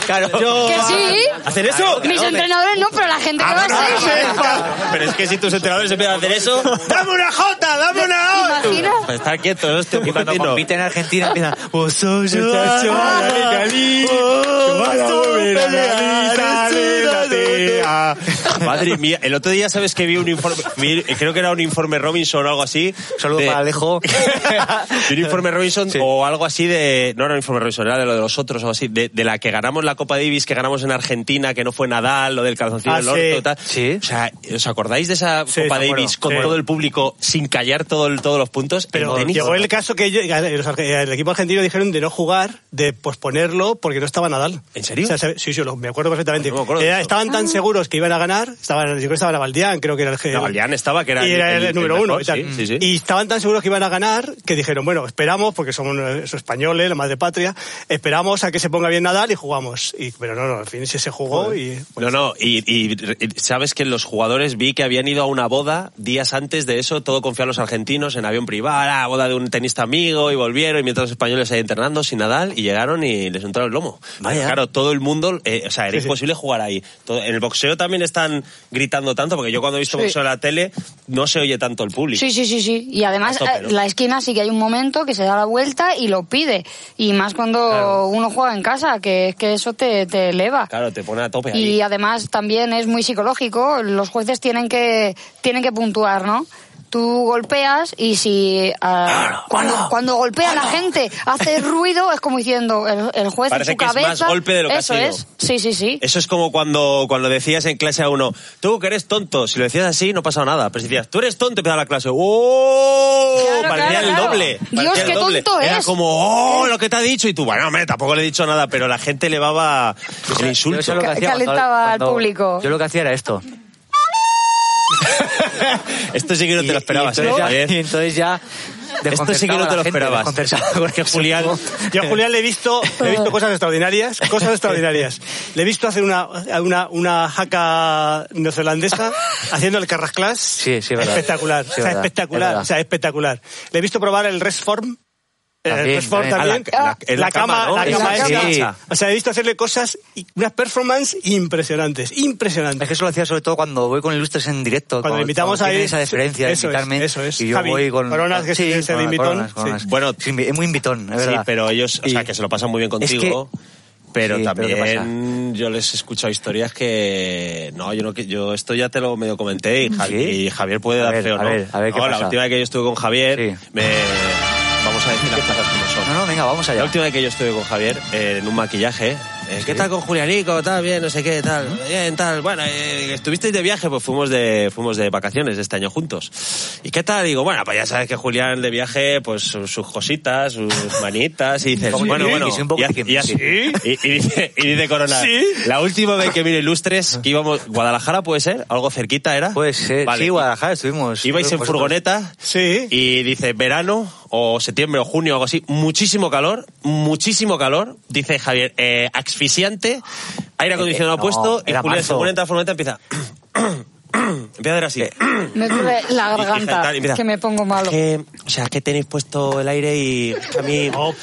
Claro. ¿Que sí? ¿Hacer eso? Mis entrenadores no, pero la gente Ah, que va a ser. Pero es que si tus entrenadores empiezan a hacer eso... ¡Dame una jota, dame ¿Te una O! imaginas? Pues está quieto, este Y cuando argentino. compite en Argentina empieza... Vos sos Joana, Ah. Joana, Italy, Joana, volver a la vida, Italia. Madre mía, el otro día sabes que vi un informe, vi- creo que era un informe Robinson o algo así. Saludo de- para Alejo. de un informe Robinson Sí. o algo así de. No era un informe Robinson, era de lo de los otros o así. De, de la que ganamos la Copa Davis, que ganamos en Argentina, que no fue Nadal, lo del calzoncillo Ah, del orto sí. y tal. Sí. O sea, ¿os acordáis de esa Sí, Copa me acuerdo, Davis con sí. todo el público sin callar todo el- todos los puntos? Pero En tenis. llegó el caso que ellos- los arge- el equipo argentino dijeron de no jugar, de posponerlo porque no estaba Nadal. ¿En serio? O sea, sabe- sí, sí, lo- me acuerdo perfectamente. No me acuerdo de Era- eso. estaban tan seguros que iban a ganar, estaban, yo creo que estaba la Valdián, creo que era el No, Galeán estaba, que era y el- era el, el- el número mejor, uno. y, tal. sí, sí, sí. Y estaban tan seguros que iban a ganar que dijeron, bueno, esperamos, porque somos eh, son españoles, la madre patria, esperamos a que se ponga bien Nadal y jugamos. Y, pero no, no, al fin sí se jugó y... No, no, y, y- y sabes que los jugadores vi que habían ido a una boda días antes de eso, todo confiado en los argentinos, en avión privado, a la boda de un tenista amigo, y volvieron, y mientras los españoles ahí internando sin Nadal, y llegaron y les entraron el lomo. Pero Claro, todo el mundo, eh, o sea, era Sí, sí. imposible jugar ahí. Todo- en el boxeo también están gritando tanto, porque yo cuando he visto Sí. boxeo en la tele, no se oye tanto el público. Sí, sí, sí, sí. Y además, A tope, eh, ¿no? la esquina sí que hay un momento que se da la vuelta y lo pide. Y más cuando uno juega en casa, que es que eso te, te eleva. Claro, te pone a tope ahí. Y además también es muy psicológico. Los jueces tienen que, tienen que puntuar, ¿no? Tú golpeas y si ah, cuando, cuando golpea la gente hace ruido es como diciendo el, el juez Parece en su que es más cabeza. golpe de lo que ha eso sido. es. Sí, sí, sí. Eso es como cuando, cuando decías en clase a uno, tú que eres tonto, si lo decías así no pasaba nada, pero si decías, tú eres tonto, empezaba la clase, ¡oh! Claro, parecía claro, el claro. doble. Dios, parecía el qué doble. tonto Era es. como, ¡oh! Lo que te ha dicho, y tú, bueno, hombre, tampoco le he dicho nada, pero la gente elevaba el Yo eso insulto. lo que Ca- hacía cuando- calentaba al público. Yo lo que hacía era esto. Esto sí que no te lo esperabas, y ¿eh, entonces ya- Javier? y entonces ya... Esto sí que no te lo esperabas. Porque Julián- Yo a Julián le he visto, le he visto cosas extraordinarias, cosas extraordinarias. Le he visto hacer una, una, una jaca neozelandesa haciendo el carrasclás. Sí, sí, es verdad. Espectacular, Sí, o sea, verdad, es espectacular, verdad. o sea, espectacular. Le he visto probar el Resform. eh, También, el Resform también. también. Ah, la- la- en la cama, ¿no? la En cama la esta. cama. Sí. O sea, he visto hacerle cosas, y unas performances impresionantes, Es impresionantes. que eso lo hacía sobre todo cuando voy con ilustres en directo. Cuando le invitamos cuando ahí, tienen esa deferencia de eso es, invitarme. eso es. Y yo Javi, voy con... Coronas, que se- se le invitó, Coronas, sí. Coronas. Bueno, Sí, es muy invitón, es Sí, verdad. pero ellos, o sea, Y- que se lo pasan muy bien Es que- contigo. Pero Sí, pero ¿qué también yo les he escuchado historias que. No, yo no que- yo esto ya te lo medio comenté y, Javi- ¿Sí? y Javier puede A dar ver, feo, a ¿no? ver, a ver qué No, La pasa. última vez que yo estuve con Javier, Sí. me- vamos a decir las cosas como son. No, no, venga, vamos La allá. última vez que yo estuve con Javier eh, en un maquillaje, eh, ¿qué tal con Julianico? Tal, bien, no sé qué, tal, ¿Mm? bien, tal. Bueno, eh, estuvisteis de viaje, pues fuimos de, fuimos de vacaciones este año juntos. ¿Y qué tal? Digo, bueno, pues ya sabes que Julián de viaje, pues su- sus cositas, sus manitas, y dices, Soy- bueno, y bueno. soy un poco y, ha- tiquismiquis. y así- y- y dice, y dice Corona, la última vez que mire Ilustres, que íbamos, Guadalajara puede ser, algo cerquita era. Pues eh, Vale, sí, y- Guadalajara, estuvimos. Ibais en vosotros. furgoneta Sí. y dice verano o septiembre o junio o algo así, muchísimo calor, muchísimo calor, dice Javier, eh, asfixiante, aire acondicionado Eh, no, puesto y era Julián se marzo. pone en la furgoneta y empieza... empieza a hacer así. Me duele la Y- y garganta, tal, y empieza, que me pongo malo. "Es que, o sea, es que tenéis puesto el aire y a mí... No,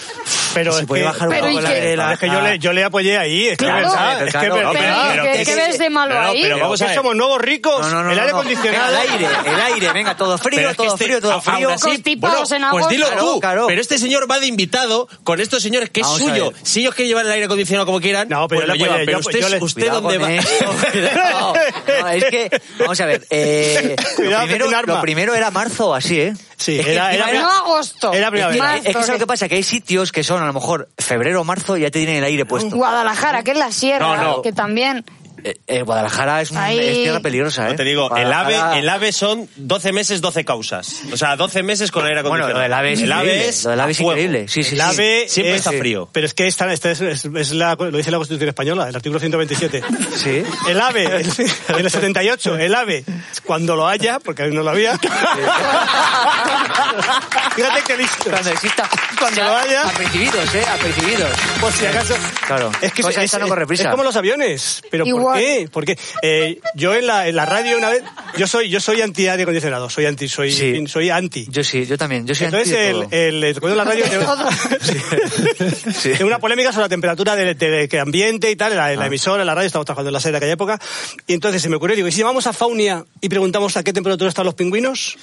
pero Si es puede que, bajar un Pero poco ¿y la qué? vela. es que yo le, yo le apoyé ahí, es que Claro. verdad, es que Claro, verdad. pero- pero ¿qué- qué ves de malo No, no, ahí? Pero vamos a ¿Qué ver. somos nuevos ricos, No, no, no. el aire no, no. acondicionado. El aire, el aire, venga, todo frío, Pero es que todo este- frío, todo aún frío. así, Constipados en pues agosto. dilo Claro, tú. claro. Pero este señor va de invitado con estos señores que es Vamos a suyo. ver. Si ellos quieren llevar el aire acondicionado como quieran, No, pues pero lo yo le apoyé, llevan. Pero yo- usted, yo le- usted Cuidado dónde con va. esto. No, no, es que, vamos a ver, eh, lo, Cuidado, que tiene primero, arma. lo primero era marzo, así, ¿eh? Sí, Es que era- encima era- No agosto. Era primavera. Mira, marzo, es que es lo que- que pasa, que hay sitios que son a lo mejor febrero o marzo y ya te tienen el aire puesto. Guadalajara, que es la sierra, No, no. que también... Eh, eh, Guadalajara es, un- Ahí- es tierra peligrosa, ¿eh? No te digo, el Guadalajara- AVE, el AVE son 12 meses, 12 causas. O sea, 12 meses con aire Bueno, acondicionado. lo del AVE es El increíble, AVE es lo del AVE es a fuego. increíble. Sí, sí, El sí. ave Siempre es- está frío. Pero es que esta, esta es, es- es la, lo dice la Constitución Española, el artículo 127. Sí. El ave, el- en el 78, el ave, cuando lo haya, porque no lo había. Fíjate qué listo. Cuando exista. Cuando lo haya. Apercibidos, ¿eh? Apercibidos. Por si acaso. Claro. Es que Cosa es, esta no corre prisa. es como los aviones. ¿Pero por Igual. qué? Porque yo en la, en la radio una vez. Yo soy, yo soy anti aire acondicionado. Soy anti. Soy, Sí. en fin, soy anti. Yo sí, yo también. Yo soy Entonces, anti de el, todo. el, el- cuando en la radio. tengo- Sí. Ah. tengo una polémica sobre la temperatura del del que ambiente y tal. La, la emisora, la radio, estamos trabajando en la sede de aquella época. Y entonces se me ocurrió, digo, ¿y si vamos a Faunia y preguntamos a qué temperatura están los pingüinos?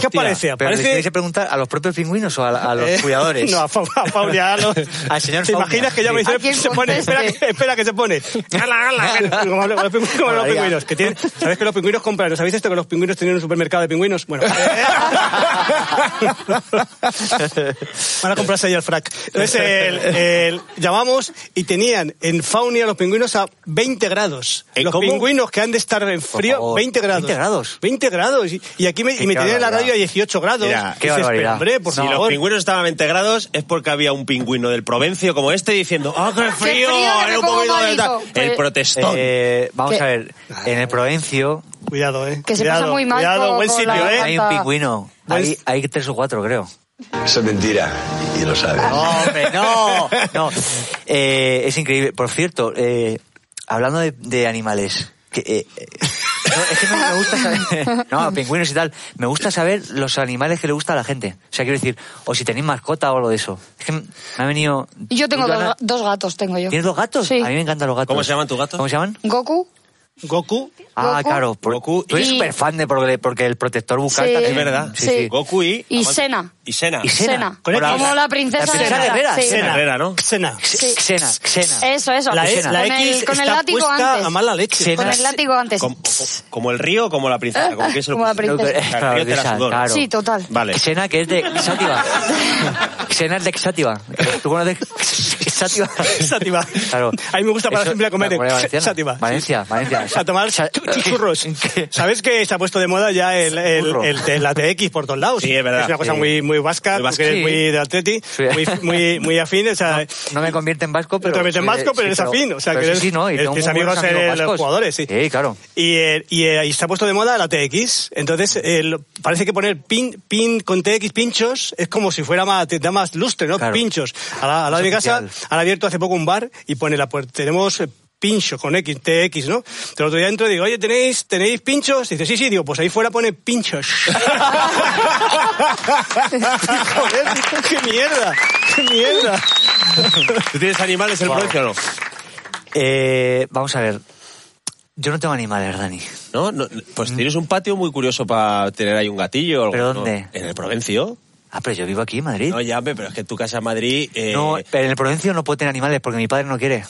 ¿Qué os parece? Pero les Parece- tenéis que preguntar a los propios pingüinos o a, a los eh, cuidadores. No, a, Fa- a Faunia. a los- Al señor ¿Te Faunia, imaginas que ya sí. me ¿A dice, quién se pone, espera, conteste? que, espera que se pone. ¡Gala, gala! Como hablan- como los pingüinos. Que tienen, ¿Sabes que los pingüinos compran? ¿No sabéis esto? Que los pingüinos tienen un supermercado de pingüinos. Bueno. Van a comprarse ahí el frac. Entonces, el- el- llamamos y tenían en Faunia los pingüinos a 20 grados. ¿Eh, Los cómo? pingüinos que han de estar en frío, favor, 20 grados. 20 grados. 20 grados. Y, y aquí me, y Qué me tenían en la barbaridad. radio a 18 grados. Mira, Y qué dices, barbaridad. pero, hombre, por Si Si los favor. pingüinos estaban a 20 grados es porque había un pingüino del Provencio como este diciendo ¡Ah, qué frío! frío, que era me un pongo pingüino de malito! tal". Pues- El protestón. Eh, vamos ¿Qué? a ver. En el Provencio Cuidado, eh. Que se cuidado, pasa muy mal Cuidado, con- buen con sitio, la eh. garganta. hay un pingüino. Pues- Hay, hay tres o cuatro, creo. Eso es mentira, y lo sabes. Ah. No, hombre, no. no. Eh, es increíble. Por cierto, eh, hablando de, de animales. que, eh, eh, no, es que me, me gusta saber. No, pingüinos y tal. Me gusta saber los animales que le gusta a la gente. O sea, quiero decir, o si tenéis mascota o algo de eso. Es que me ha venido. Yo tengo ¿Tú, dos, Ana, ga- dos gatos, tengo yo. ¿Tienes dos gatos? Sí. A mí me encantan los gatos. ¿Cómo se llaman tus gatos? ¿Cómo se llaman? Goku, Goku. Ah, Goku. claro. por- Goku tú eres y- súper fan de porque, porque el protector bucal Sí. también. Es verdad. Sí, Sí. sí. Goku y... Y Sena. Y Sena. Y Xena. Xena. Con X. Como la princesa La princesa de Herrera, Herrera. Sí. Xena. Herrera, ¿no? Xena. X- Xena, Xena. Eso, eso. La, Xena. E- la con X el, con el está látigo puesta antes. a mala leche. Xena. Con el látigo antes. Como, como- como el río o como la princesa. Como, que se lo Como la pusiste. No, pero- princesa. es Al río te la esa, sudó. claro. Sí, total. Vale. Xena, que es de Xativa. Xena es de Xativa. ¿Tú conoces Xativa? Sativa. Claro. A mí me gusta para Eso- siempre comer la en comida valenciana. Sativa. Valencia, Valencia. A tomar Sa- chu- churros. ¿Sabes que se ha puesto de moda ya el, el, Churro. el- el- la TX por todos lados? Sí, es verdad. una cosa Sí. muy, muy vasca, Muy vasca. porque eres Sí. muy de atleti, Sí. muy, muy, muy afín. O sea, No me convierte en vasco, pero... eh, Pero, te metes en vasco, sí, pero eres afín. O sea, pero que eres, sí, sí, no, y eres- tengo tienes muy buenos amigos en amigos el- los vascos. jugadores, sí. Sí, claro. Y, eh, y, eh, y está puesto de moda la TX. Entonces, el- parece que poner pin, pin con TX pinchos es como si fuera más, te da más lustre, ¿no? Claro. Pinchos. A la, al lado de Es mi casa oficial. han abierto hace poco un bar y pone la puerta. Tenemos eh, pincho con X, TX, ¿no? Pero el otro día entro y digo, oye, ¿tenéis, ¿tenéis pinchos? Y dice, sí, sí, digo, pues ahí fuera pone pinchos. Joder, qué mierda, qué mierda. ¿Tú tienes animales en el Wow. Provencio o no? Eh, vamos a ver. Yo no tengo animales, Dani. No, no, pues tienes un patio muy curioso para tener ahí un gatillo. o algo, Mm. ¿Pero ¿no? dónde? En el Provencio. Ah, pero yo vivo aquí en Madrid. No, ya, hombre, pero es que tu casa en Madrid eh, No, pero en el Provencio no puedo tener animales porque mi padre no quiere.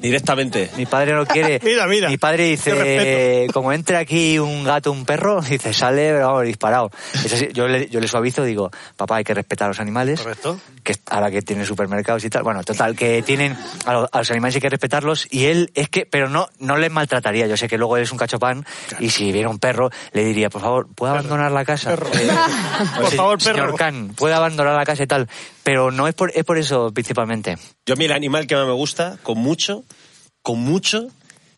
directamente. Mi padre no quiere. Mira, mira. Mi padre Qué dice, respeto. como entra aquí un gato, un perro, dice, sale, pero vamos, disparado. Eso sí, yo, le, yo le suavizo, digo, papá, hay que respetar a los animales. Correcto. Que ahora que tienen supermercados y tal. Bueno, total, que tienen, a, lo- a los animales hay que respetarlos. Y él, es que, pero no, no les maltrataría. Yo sé que luego él es un cachopán y si viera un perro, le diría, por favor, ¿puedo abandonar la casa? Eh, Por se- favor, señor perro. Khan, ¿puedo abandonar la casa y tal? Pero no es por, es por eso principalmente. Yo a mí el animal que más me gusta, con mucho, con mucho,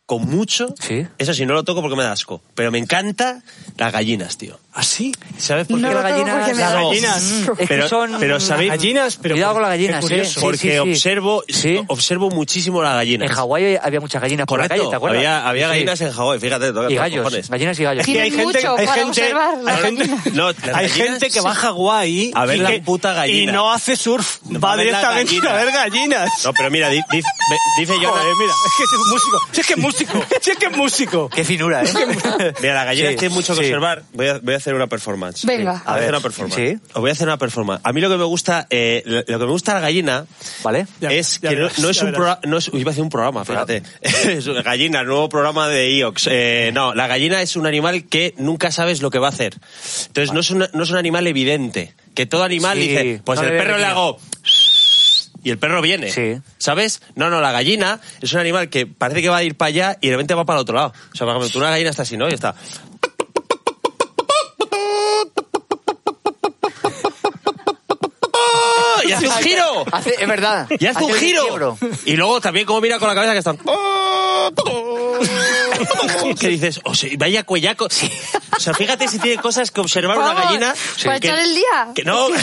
con mucho. Sí. Eso sí, no lo toco porque me da asco. Pero me encanta las gallinas, tío. ¿Así? ¿Sabes por No qué lo toco porque me Las da- gallinas. Mm, es Pero- que son pero ¿sabéis? Gallinas, pero Cuidado por- con las qué gallinas, curioso. sí, Porque sí, sí. observo, ¿Sí? observo muchísimo las En gallinas. Hawái había muchas gallinas por Pues Correcto. la calle, ¿te acuerdas? Había, había Sí. gallinas en Hawái, fíjate, toca y los gallos, cojones. gallinas y gallos. Sí, hay Tienen gente, mucho hay para gente, observar las hay gente, gallinas. No, las hay gallinas, gente que sí. va a Hawái A ver y la que- puta gallina. y no hace surf, Va a va ver las directamente a ver gallinas. No, pero mira, di- di- ve- dice eh, yo. Joder, mira, es que es músico, si es que es músico, si es que es músico. Qué finura, ¿eh? Mira, las gallinas Sí, tienen mucho que sí. observar. Voy a, voy a hacer una performance. Venga. Voy a, A hacer ver. una performance. Sí. Os voy a hacer una performance. A mí lo que me gusta, eh, lo lo que me gusta de la gallina ¿Vale? Ya, es ya que no- verás, no, es ya un verás. programa, no es, uy, iba a hacer un programa, fíjate. Es una gallina, nuevo programa de IOX. Eh, no, la gallina es un animal que nunca sabes lo que va a hacer. Entonces no, es un, no es un animal evidente. Que todo animal Sí, dice, pues no el le veo perro le venir. hago... Y el perro viene. Sí. ¿Sabes? No, no, la gallina es un animal que parece que va a ir para allá y de repente va para el otro lado. O sea, por ejemplo, tú una gallina está así, ¿no? Y está... ¡Ah! Y hace un giro. Hace, es verdad. Y hace un el giro. quiebro. Y luego también como mira con la cabeza que están... "Oh, que dices, o sea, vaya cuellaco. O sea, fíjate si tiene cosas que observar una Vamos, gallina. ¿para que- echar el día? Que no.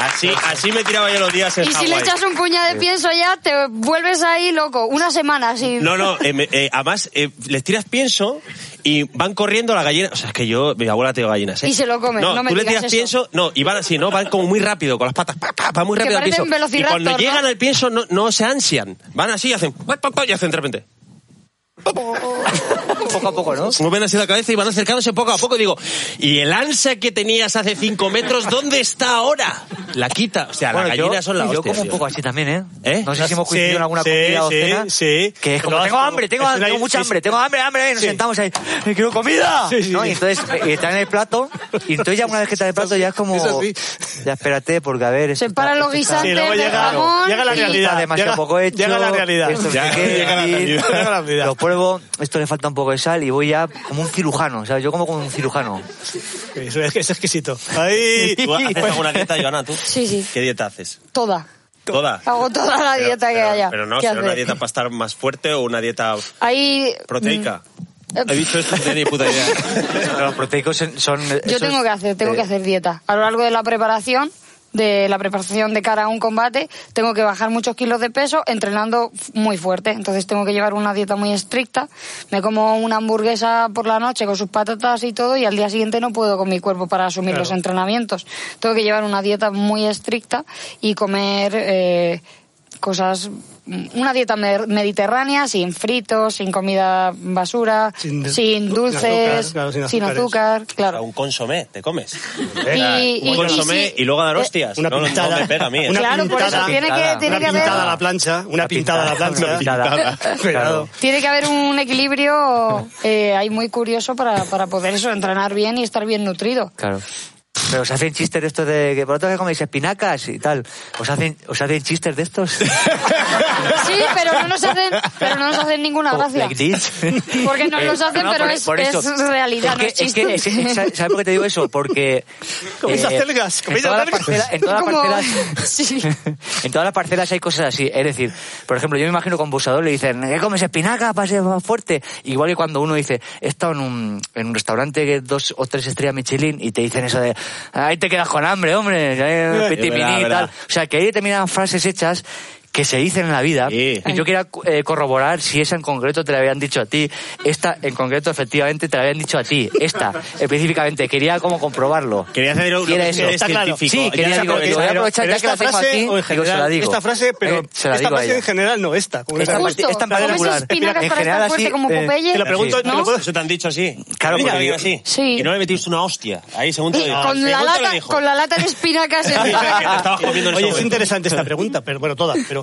Así, así me tiraba yo los días en Y si le Hawái. echas un puñado de pienso ya, te vuelves ahí loco. Una semana así. No, no, eh, me- eh, además eh, les tiras pienso y van corriendo la gallina. O sea, es que yo, mi abuela tengo gallinas, ¿eh? Y se lo comen, no me tú le digas tiras eso. pienso, no, y van así, ¿no? Van como muy rápido, con las patas, pa, pa, pa, muy Que rápido al pienso. parecen Y velociraptor, cuando ¿no? llegan al pienso no, no se ansian. Van así y hacen, pa, pa, pa, y hacen de repente. Poco a poco, ¿no? Se mueven así la cabeza y van acercándose poco a poco. Y digo, ¿y el ansia que tenías hace cinco metros, dónde está ahora? La quita. O sea, Bueno, las yo- gallinas son la yo hostia. como un tío. poco así también, ¿eh? ¿Eh? No sé si hemos Sí, coincidido en alguna sí, comida o sí, cena. sí. Que es como, Lo has- tengo hambre, tengo, es una- tengo mucha sí, hambre, sí. tengo hambre, hambre, eh, nos Sí. sentamos ahí, "Eh, quiero comida. Sí, sí, ¿no? sí. Y entonces eh, está en el plato, y entonces ya una vez que está en el plato ya es como, Es así. ya espérate, porque a ver... esto está- Separan los esto está- guisantes Sí, luego de llega- jamón llega la y- realidad. Está demasiado llega- poco hecho. llega la realidad. Esto Ya, se queda llega la aquí, realidad. Llega la realidad. Lo pruebo, esto le falta un poco de sal y voy ya como un cirujano, ¿sabes? Yo como como un cirujano. Eso es, es exquisito. Ahí. ¿Tú haces alguna dieta, Joana, tú? Sí, sí. ¿Qué dieta haces? Toda. Toda. Hago toda la Pero- dieta que pero- haya. Pero no, ¿Qué ¿será una hacer? dieta para estar más fuerte o una dieta Ahí. proteica? Eh, He dicho esto, no tenía ni puta idea. Los proteicos son... son- Yo eso tengo es- que hacer, tengo eh, que hacer dieta. A lo largo de la preparación, de la preparación de cara a un combate, tengo que bajar muchos kilos de peso entrenando f- muy fuerte. Entonces tengo que llevar una dieta muy estricta. Me como una hamburguesa por la noche con sus patatas y todo y al día siguiente no puedo con mi cuerpo para asumir los entrenamientos. Tengo que llevar una dieta muy estricta y comer eh, cosas... Una dieta mer- mediterránea, sin fritos, sin comida basura, Sin sin, de- dulces, azúcar, claro, sin sin azúcares. azúcar, claro. Un consomé, te comes. Y- un y- consomé y, y si- eh, luego a dar hostias. Una no, no, pintada. No me pega a mí. ¿eh? Una claro, por eso pintada. tiene que, Pintada. tiene que Una pintada a la haber, plancha, una pintada a la plancha. Una pintada. Cuidado. tiene que haber un equilibrio eh, ahí muy curioso para, para poder eso, entrenar bien y estar bien nutrido. Claro. Pero os hacen chistes de estos de que vosotros que coméis espinacas y tal. ¿Os hacen, os hacen chistes de estos? Sí, pero no nos hacen, pero no nos hacen ninguna gracia. Like this. Porque nos Eh, los hacen, no, pero por- es, por eso. es realidad, no que- es chiste. es que- es- es- ¿Sabes por qué te digo eso? Porque. eh, Coméis acelgas, en coméis todas las acelgas. parcelas- en todas las Como- parcelas- sí. en todas las parcelas hay cosas así. Es decir, por ejemplo, yo me imagino con Busador le dicen, ¿qué comes espinaca para ser más fuerte? Igual que cuando uno dice, he estado en un, en un restaurante que es dos o tres estrellas Michelin y te dicen eso de, ahí te quedas con hambre, hombre, eh, pitiminí verdad, y verdad. tal. O sea, que hay determinadas frases hechas que se dicen en la vida. Sí. Y yo quería eh, corroborar si esa en concreto te la habían dicho a ti. Esta en concreto, efectivamente, te la habían dicho a ti. Esta, específicamente. Quería como comprobarlo. Quería hacer un Sí, era eso. un Está claro. científico. Sí, Ya quería- está, digo, porque- digo, voy a pero- aprovechar pero ya que la tengo aquí, o en digo, se la general, digo. Esta frase, pero Eh, se la esta digo a frase ella. en general, no esta. como Esta esta- parte- Justo, esta en como particular. esas espinacas En para general, estar fuerte así, como eh, Popeye. Te lo pregunto, Sí. te lo puedo- Eso te han dicho así. Claro, Mira, porque digo yo- así. Sí. Y no le metiste una hostia. Ahí, según te lo Y dijo. con la, Según te lo lata, dijo. con la lata de espinacas en que te estabas comiendo en ese Oye, es momento. interesante esta pregunta, pero bueno, todas, pero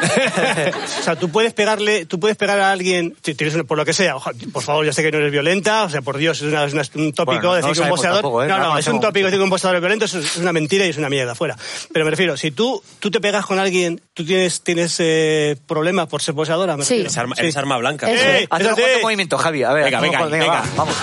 o sea, tú puedes pegarle, tú puedes pegar a alguien, si tienes una- por lo que sea, ojo, por favor, ya sé que no eres violenta, o sea, por Dios, es, una- es una- un tópico Bueno, no lo decir que un sabemos boxeador, tampoco, ¿eh? No no, no, es un conocemos tópico decir que un boxeador es violento, eso es una mentira y es una mierda, fuera. Pero me refiero, si tú tú te pegas con alguien, tú tienes tienes eh, problemas por ser boxeadora, me Sí. refiero. Eres arma, Sí. eres arma blanca. Eso. Eh, Haz unos Espérate. cuantos movimientos, Javi. A ver, Venga, vamos, venga, venga. va, vamos.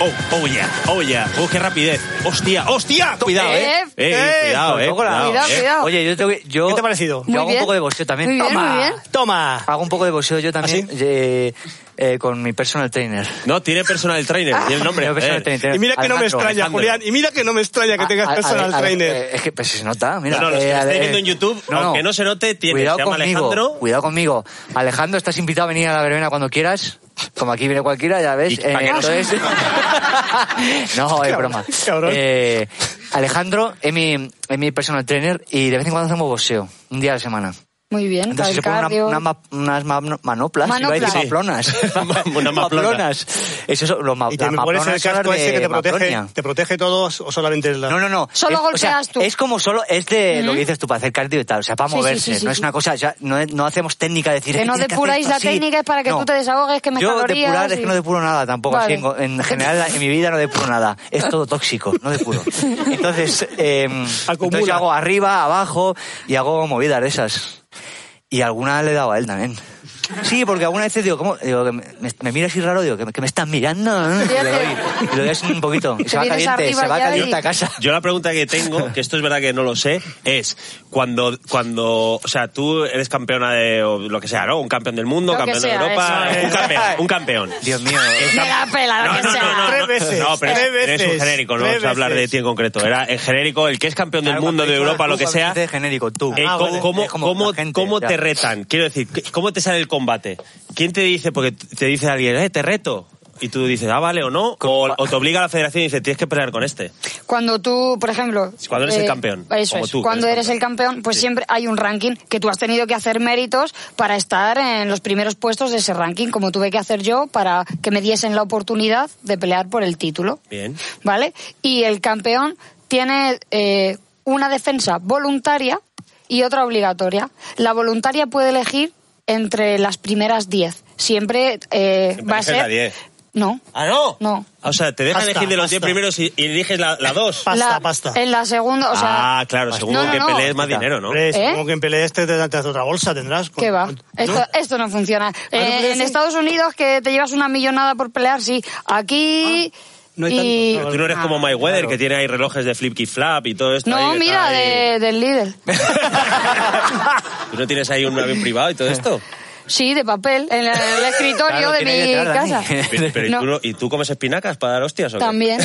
Oh, oh yeah, oh yeah. Oh, qué rapidez. Hostia, hostia. Cuidado, eh. Eh, Eh, eh, cuidado, eh. Tampoco la- Cuidado, eh. cuidado. Oye, yo, tengo que- yo- ¿Qué te ha parecido? Yo Muy hago bien. un poco de boxeo también. Muy bien, ¡Toma! muy bien. Toma. Hago un poco de boxeo yo también ¿Ah, eh, eh, con mi personal trainer. No, tiene personal trainer. Ah. Tiene el nombre. eh. Tengo personal joder. trainer. Y mira que no me Alejandro, extraña, Alejandro. Julián, y mira que no me extraña que A- tengas a- a- personal a- a- trainer. eh, es que pues, se nota, mira. eh, No, no, los que a estéis ver, viendo en YouTube, aunque no se note, tiene- Cuidado se llama conmigo, Alejandro. Cuidado conmigo. Alejandro, estás invitado a venir a la verbena cuando quieras. Como aquí viene cualquiera, ya ves. Eh, Y para que no se- entonces- no, es broma. cabrón. Eh, Alejandro es mi, es mi personal trainer y de vez en cuando hacemos boxeo, un día a la semana. Muy bien, para Entonces se el pone una- cardio. una ma- unas ma- manoplas, Manopla. iba a decir Sí. maplonas. Una maplona. Maplonas. Eso son los ma- Y te las me pones el maplonas son las casco ese de que te protege, Maplonia. te protege todos o solamente la No, no, no. Solo es, o sea, golpeas tú. Es como solo, es de lo que dices tú, para hacer cardio y tal. O sea, para Sí, sí, moverse. sí, sí, no es sí. una cosa, ya, no, es- no hacemos técnica de decir. Que "Es no tienes hacer depuráis esto la así". técnica, es para que No. tú te desahogues, que me Yo calorías depurar es y- que no depuro nada tampoco. así Vale. en, go- en general, en mi vida no depuro nada. Es todo tóxico, no depuro. Entonces, eh, entonces yo Acumula. hago arriba, abajo y hago movidas de esas. Y alguna le he dado a él también. Sí, porque alguna vez digo, ¿cómo? Digo, que me, me mira así raro, digo, que me, que me estás mirando. ¿eh? Y le doy, y le doy así un poquito. Y Te se va vienes caliente, arriba se va ya y- caliente a casa. Yo la pregunta que tengo, que esto es verdad que no lo sé, es cuando, cuando, o sea, tú eres campeona de o lo que sea, ¿no? Un campeón del mundo, Lo que campeón de sea, Europa, eso, un eso. campeón, un campeón. Dios mío. Me la pela lo No, que no, sea. no, no, Tres no, veces, No, pero tres es- es un veces, genérico, no tres vamos a hablar de veces. ti en concreto. Era en genérico, el que es campeón del Claro, mundo, de cuando Europa, lo que dices sea. tú, cuando dices genérico, tú. Eh, Ah, ¿cómo, vale. cómo- Es como cómo- la gente, cómo ya. te retan? Quiero decir, ¿cómo te sale el combate? ¿Quién te dice? Porque te dice alguien, eh, te reto. Y tú dices, ah, vale o no. O, o te obliga a la federación y dice, tienes que pelear con este. Cuando tú, por ejemplo... eh, Cuando eres el campeón, Eso como es. tú, que cuando eres eres el campeón. campeón, pues Sí. siempre hay un ranking que tú has tenido que hacer méritos para estar en los primeros puestos de ese ranking, como tuve que hacer yo para que me diesen la oportunidad de pelear por el título. Bien. ¿Vale? Y el campeón tiene eh, una defensa voluntaria y otra obligatoria. La voluntaria puede elegir entre las primeras 10. Siempre eh, Siempre va a eliges ser... la 10. No. ¿¡Ah, no! No. O sea, te dejan Pasta, elegir de los 10 pasta. primeros y, y eliges la, la dos. Pasta, La- pasta. En la segunda, o sea... pues ah, claro, según No, no, que no. pelees más dinero, ¿no? Hombre, ¿Eh? supongo que en pelea este te das otra bolsa, tendrás. con- ¿Qué va? con- Esto ¿no? esto no funciona. Ah, no Eh, funciona en así? Estados Unidos que te llevas una millonada por pelear, sí. Aquí... Ah, no hay y- tanto. Tú no eres Ah, como My Weather, que tiene ahí relojes de flip y flap y todo esto. No, ahí que está mira, ahí. de- del líder. ¿Tú no tienes ahí un avión privado y todo esto? Sí, de papel, en el, en el escritorio Claro, de tiene que mi entrar, casa. Dani. Pero, pero ¿y, No. tú no- ¿y tú comes espinacas para dar hostias o qué? También,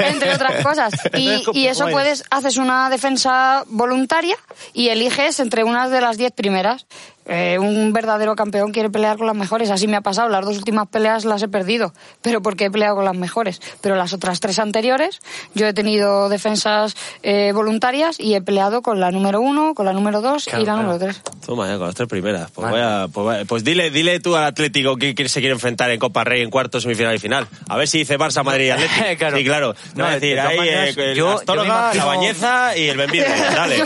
entre otras cosas. Y, Entonces, ¿cómo- y eso cómo eres? puedes, haces una defensa voluntaria y eliges entre unas de las diez primeras. Eh, un verdadero campeón quiere pelear con las mejores. Así me ha pasado. Las dos últimas peleas las he perdido, pero porque he peleado con las mejores. Pero las otras tres anteriores, yo he tenido defensas eh, voluntarias y he peleado con la número uno, con la número dos Claro, y la claro. número tres. Toma, ya, con las tres primeras. Pues, Vale. voy a- pues, vaya- pues dile, dile tú al Atlético que, que se quiere enfrentar en Copa Rey en cuarto, semifinal y final. A ver si dice Barça, Madrid y Atlético. Claro. Sí, claro. Te va a No, de- de decir, todas ahí maneras, eh, yo- la yo me Astorga, imagino- la Bañeza y el Benvide. Dale.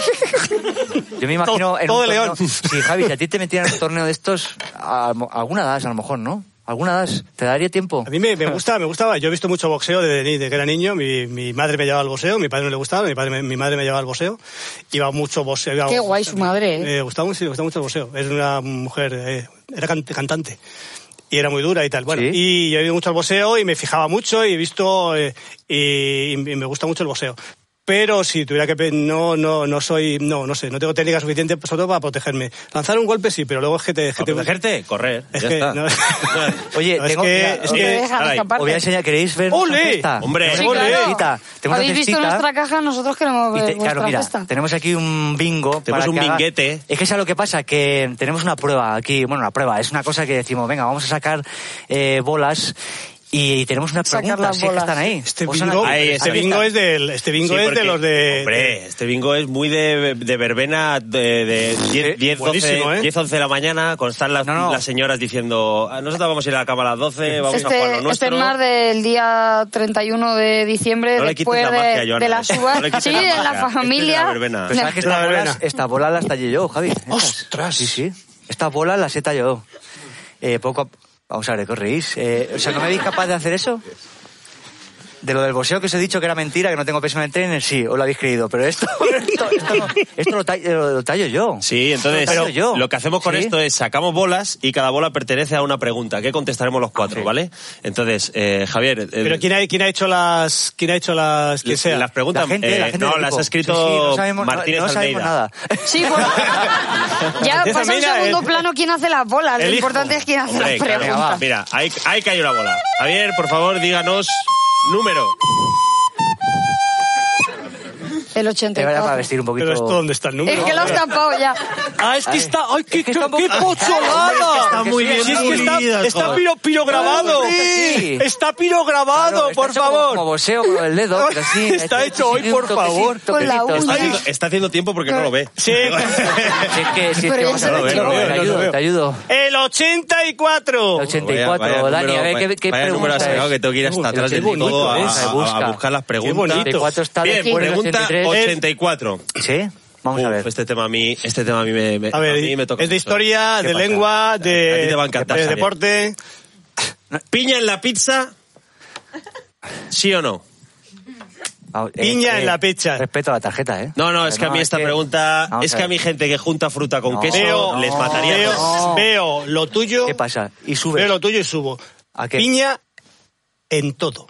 Yo me imagino Todo- en todo un de torneo- León. Sí, Javi, si a ti te metieran en un torneo de estos, a- alguna das a lo mejor, ¿no? Alguna das. ¿Te daría tiempo? A mí me, me gustaba, me gustaba. Yo he visto mucho boxeo desde, ni- desde que era niño. Mi, mi madre me llevaba al boxeo, mi padre no le gustaba, mi, padre, me- mi madre me llevaba al boxeo. Iba mucho boxeo. iba- Qué guay su madre, ¿eh? Me gustaba, mucho- me gustaba mucho el boxeo. Es una mujer, eh, era can- cantante. Y era muy dura y tal. Bueno, Sí. y yo he ido mucho al boxeo y me fijaba mucho y he visto. eh, y, y me gusta mucho el boxeo. pero si tuviera que pe- no no no soy no no sé, no tengo técnica suficiente pues, sobre todo para protegerme. Lanzar un golpe sí, pero luego es que te, es que ¿Para te- protegerte? Correr. Es ya que está. no. Oye, No, es tengo- que- mira, es os- No que- te dejan caray, Os escaparte. voy a enseñar, ¿queréis ver ¡Ole! nuestra cesta? Hombre, Tenemos Sí, una claro. cestita, tengo una Habéis visto cestita. nuestra caja, nosotros queremos Y ver te- vuestra claro, mira, cesta. tenemos aquí un bingo. Tenemos para un que haga- binguete. Es que es lo que pasa, que tenemos una prueba aquí, bueno, una prueba, es una cosa que decimos, venga, vamos a sacar eh, bolas y, tenemos una Sacar pregunta, si las es que bolas. están ahí. Este Os han- bingo, Ahí, este está. bingo es del este bingo Sí, es porque, de los de Hombre, este bingo es muy de, de verbena de, de 10, 10, 12, buenísimo, ¿eh? 10, 11 de la mañana, con estar las, No, no. las señoras diciendo, "Ah, nosotros vamos a ir a la cama a las 12, vamos a jugar lo Este, nuestro. este es más del día 31 de diciembre, No le quites después la de, magia, Joana. ¿eh? de la No le suba. quites sí, la en magia. Este la es de la familia. Pues verbena. Pero sabes que La estas verbena. bolas, estas bolas las tallé yo, Javi. Estas. ¡Ostras! Sí, sí. Estas bolas las he tallado yo. Eh, poco a- Vamos a ver, ¿qué os reís? Eh, o sea, ¿no me veis capaz de hacer eso? De lo del boxeo que os he dicho que era mentira, que no tengo personal trainer, sí, os lo habéis creído. Pero esto, esto, esto no- esto lo, tallo, lo- lo tallo yo. Sí, entonces Pero yo. lo que hacemos con Sí. esto es sacamos bolas y cada bola pertenece a una pregunta que contestaremos los cuatro, Sí. ¿vale? Entonces, eh, Javier, eh, Pero quién ha, quién ha hecho las quién ha hecho las le- que sea. las preguntas, la gente, eh, la gente no, del las equipo. ha Sí, sí, escrito no sabemos, no- Martínez no, sabemos Almeida. nada. Sí, pues, ya Esa pasa en mina, segundo eh. plano quién hace las bolas. El Lo hijo. importante es quién hace Hombre, las claro, preguntas. va. mira, ahí, ahí cayó la bola. Javier, por favor, díganos número. El Te voy a dar para 84. vestir un poquito. Pero esto dónde está el número? Es que lo has tapado ya. Ah, es que está. ¡Ay, qué, que está un poco- qué pocholada! Está muy bien Si es que está, pulida, está joder. piro, pirograbado. Sí. Está pirograbado, Claro, está por hecho como- favor. Como boxeo con el dedo, pero sí. Está esto- hecho sí, hoy, un por toquecito, favor. Con la toquecito, uña. Está sí. haciendo, está haciendo tiempo porque no lo ve. Sí. Si es que, si es Pero que ya vamos se a lo ver, he hecho, te lo veo, lo ayudo, veo. te ayudo. El 84. 84, Vaya- vaya Dani, a ver número- qué, qué vaya número pregunta has sacado es? que tengo que ir hasta Uy, atrás qué del bonito todo a, es. a- Busca. a buscar las bonito. preguntas. 84 está Bien, después del pregunta 83. 84. Sí, vamos a Uf, ver. este tema a mí, este tema a mí me, me- A ver, a mí me toca. es de mucho. historia, ¿Qué de pasa? lengua, A ti te va a de, encantar, de Javier. deporte. ¿Piña en la pizza? ¿Sí o no? Vamos, eh, Piña eh, en la pecha. Respeto a la tarjeta, ¿eh? No, no, es que a mí esta pregunta, vamos es que a ver. mí gente que junta fruta con No, queso Veo- les mataría. Veo, No. veo lo tuyo. ¿Qué pasa? Y sube. Veo lo tuyo y subo. ¿A qué? Piña en todo.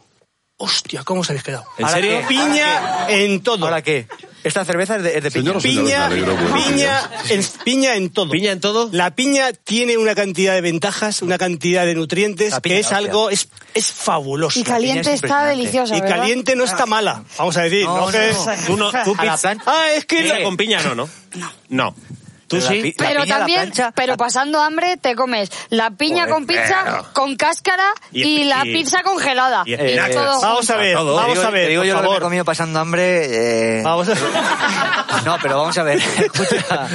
Hostia, ¿cómo os habéis quedado? ¿En ¿Ahora serio? qué? Piña en todo. ¿Ahora qué? Esta cerveza es de, es de piña. Señor, Piña, Me alegro, bueno, piña, en, piña en todo. ¿Piña en todo? La piña tiene una cantidad de ventajas, una cantidad de nutrientes La piña, que es la algo, es, es fabuloso. Y caliente es está impresionante. deliciosa, Y ¿verdad? Ah. caliente no está mala, vamos a decir. No, No, que- no, no. Tú no, tú A la pizza- plancha. Ah, es que... pizza Eh. con piña no, ¿no? No. ¿Tú Pero la sí? pi- Pero piña, la también, plancha, pero la- pasando hambre, te comes la piña Joder, con pizza, claro. con cáscara Y- y, la y- pizza congelada. y espinacas. Todo Vamos a ver, Todo. Te vamos digo- a ver, te digo por yo lo que he favor. comido pasando hambre. eh, Vamos a... No, pero vamos a ver. Escucha.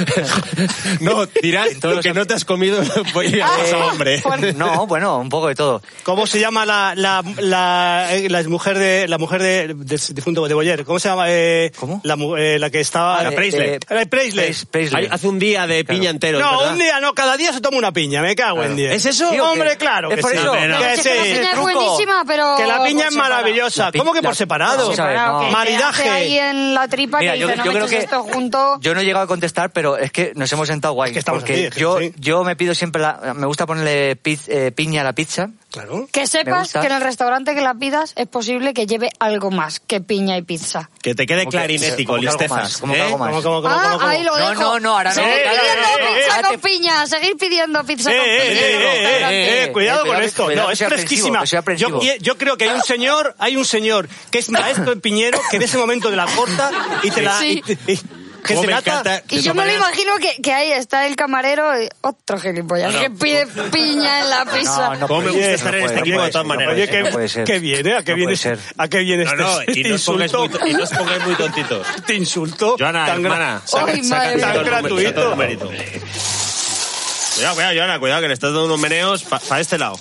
No, tirar En todos lo que los- Eh, no te has comido voy a ir a ese hombre. No, bueno, un poco de todo. ¿Cómo se llama la, la, la, eh, la mujer de la mujer de, del difunto de Boyer? ¿Cómo se llama? eh, ¿Cómo? La, mu- eh, la que estaba. Ah, La eh, Presley. eh, La Presley. Pres- Presley. Hay- hace un día de piña entero. no, ¿verdad? un día no, cada día se toma una piña, me cago en diez. ¿Es eso? Sí, ¿o Hombre, qué? claro. Es que por sí. eso. Que No, Pero es que sí. la piña es truco. buenísima, pero... Que la piña por es separado. La maravillosa. pi- ¿Cómo que la- por separado? Vamos a ver, no. Que te Maridaje. hace ahí en la tripa Mira, que yo, dice, no yo creo metes que esto junto. yo no he llegado a contestar, pero es que nos hemos sentado guay. que estamos porque aquí, es que yo, sí. yo me pido siempre la, me gusta ponerle piz- eh, piña a la pizza. Claro. Que sepas gusta. que en el restaurante que la pidas es posible que lleve algo más que piña y pizza. Que te quede Como que- clarinético, como que algo listezas. más, como que ¿eh? algo más. ¿Cómo, cómo, cómo, ah, cómo, cómo? ahí lo No, dejo. no, no, ahora no, Seguir claro, pidiendo no, no, pizza no, con no. piña, seguir pidiendo pizza Eh, con eh, piña. en el eh, eh, restaurante. eh, eh, cuidado con Cuidado, esto. cuidado, No, que es sea fresquísima. aprensivo, que sea Yo, aprensivo. qui- yo creo que hay un señor, hay un señor que es maestro en Piñero, que en ese momento te la corta y te la... Sí. y te- y- que Cómo se me nata. encanta. De Y yo todas me lo maneras- imagino que, que ahí está el camarero, y otro gilipollas, No, no. que pide piña en la pizza. No, no Cómo me puede gusta ser, estar no en este puede equipo de ser, todas maneras. No Oye, puede qué, ser, no puede ser. qué bien, ¿eh? ¿A qué No viene, puede este- ser. ¿A qué viene No, este, no, y este no os pongáis insulto? muy, y no os pongáis muy tontitos. Este insulto. Joana, tan gra- hermana, saca, Ay, saca madre todo el mía. número, Gratuito. saca todo el mérito. Cuidado, cuidado, Joana, cuidado, que le estás dando unos meneos para este lado.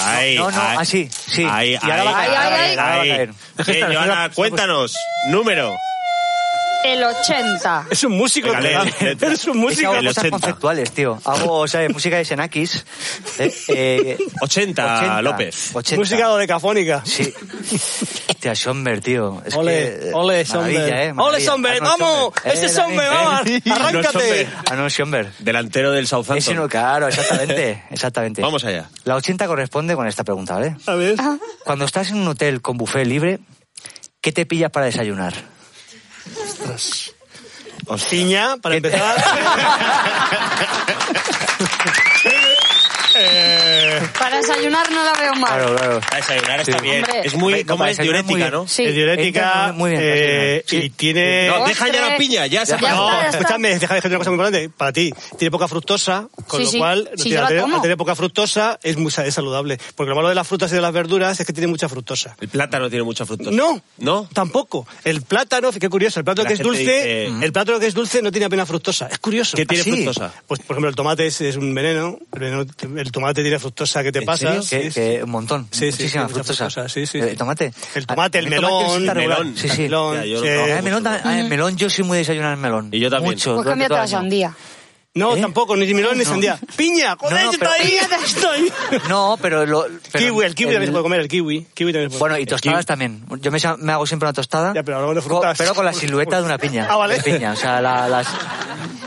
Ahí, No, no, ahí. así, sí. Ahí, Y ahí, ahora va a caer, ahora va a ahí, caer, ahora va a ahí. caer. Eh, Joana, cuéntanos, número. El 80. Es un músico. Venga, lee, total. lee. Es un Es que músico. hago El cosas 80. conceptuales, tío. Hago, o sea, música de Xenakis. Eh, eh, 80, López. 80. Música decafónica. Sí. Hostia, Sommer, tío. Es Ole, que, eh, ole, Sommer. maravilla, eh, Ole, maravilla. Sommer, Arnold vamos. Este Dani, Sommer, vamos, eh. arráncate. Arnold Sommer. Delantero del Ese no, Southampton. claro, exactamente, exactamente. Vamos allá. La 80 corresponde con esta pregunta, ¿vale? A ver. Cuando estás en un hotel con buffet libre, ¿qué te pillas para desayunar? ostras. Piña, para empezar. Eh, Para desayunar no la veo mal. Claro, claro. Para desayunar está Sí. bien. Hombre. Es muy, Hombre, ¿cómo para es? desayunar muy Diurética, bien. ¿no? Sí. Es diurética. Entra muy bien, eh, sí. Y tiene. No, Postre. deja ya la piña, ya se Ya acabó. está, No, ya está. escúchame, déjame decirte una cosa muy importante. Para ti, tiene poca fructosa, con Sí, lo sí. cual, Sí, tiene- yo la al, tener, como. al tener poca fructosa, es muy sa- es saludable. Porque lo malo de las frutas y de las verduras es que tiene mucha fructosa. El plátano tiene mucha fructosa. No, ¿No? tampoco. El plátano, qué curioso, el plátano La que es gente dulce, dice- el plátano que es dulce no tiene apenas fructosa. Es curioso. ¿Qué tiene ¿Ah, sí? fructosa? Pues, por ejemplo, el tomate es, es un veneno. El, veneno- el tomate tiene fructosa que te pasa. Que- que, un montón. Sí, sí, muchísima sí, mucha fructosa. fructosa, sí, sí, Eh, sí. tomate. El tomate, Ah, el a mí tomate melón, sí está el regular. melón, Sí, sí. el melón. Ah, Ya, yo El lo trabajo mucho, melón, pero- tam- ah, el melón, yo soy muy de desayunar el melón. Y yo también. Mucho. Pues durante cámbiate todo la el año. sandía. No, tampoco, ni melón ni Eh, No. sandía. ¡Piña! ¡Joder, No, no, está pero- ahí! Estoy. No, pero... Lo, pero kiwi, el kiwi también se puede comer, el kiwi. kiwi también se puede Bueno, y comer. tostadas también. Yo me, sa- me hago siempre una tostada. Ya, pero hablamos de co- frutas. pero con la silueta de una piña. Ah, vale. De piña, o sea, la- las...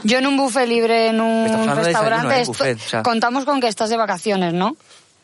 Yo en un buffet libre, en Estamos un hablando de restaurante, desayuno, ¿eh? esto- Buffet, o sea. contamos con que estás de vacaciones, ¿no?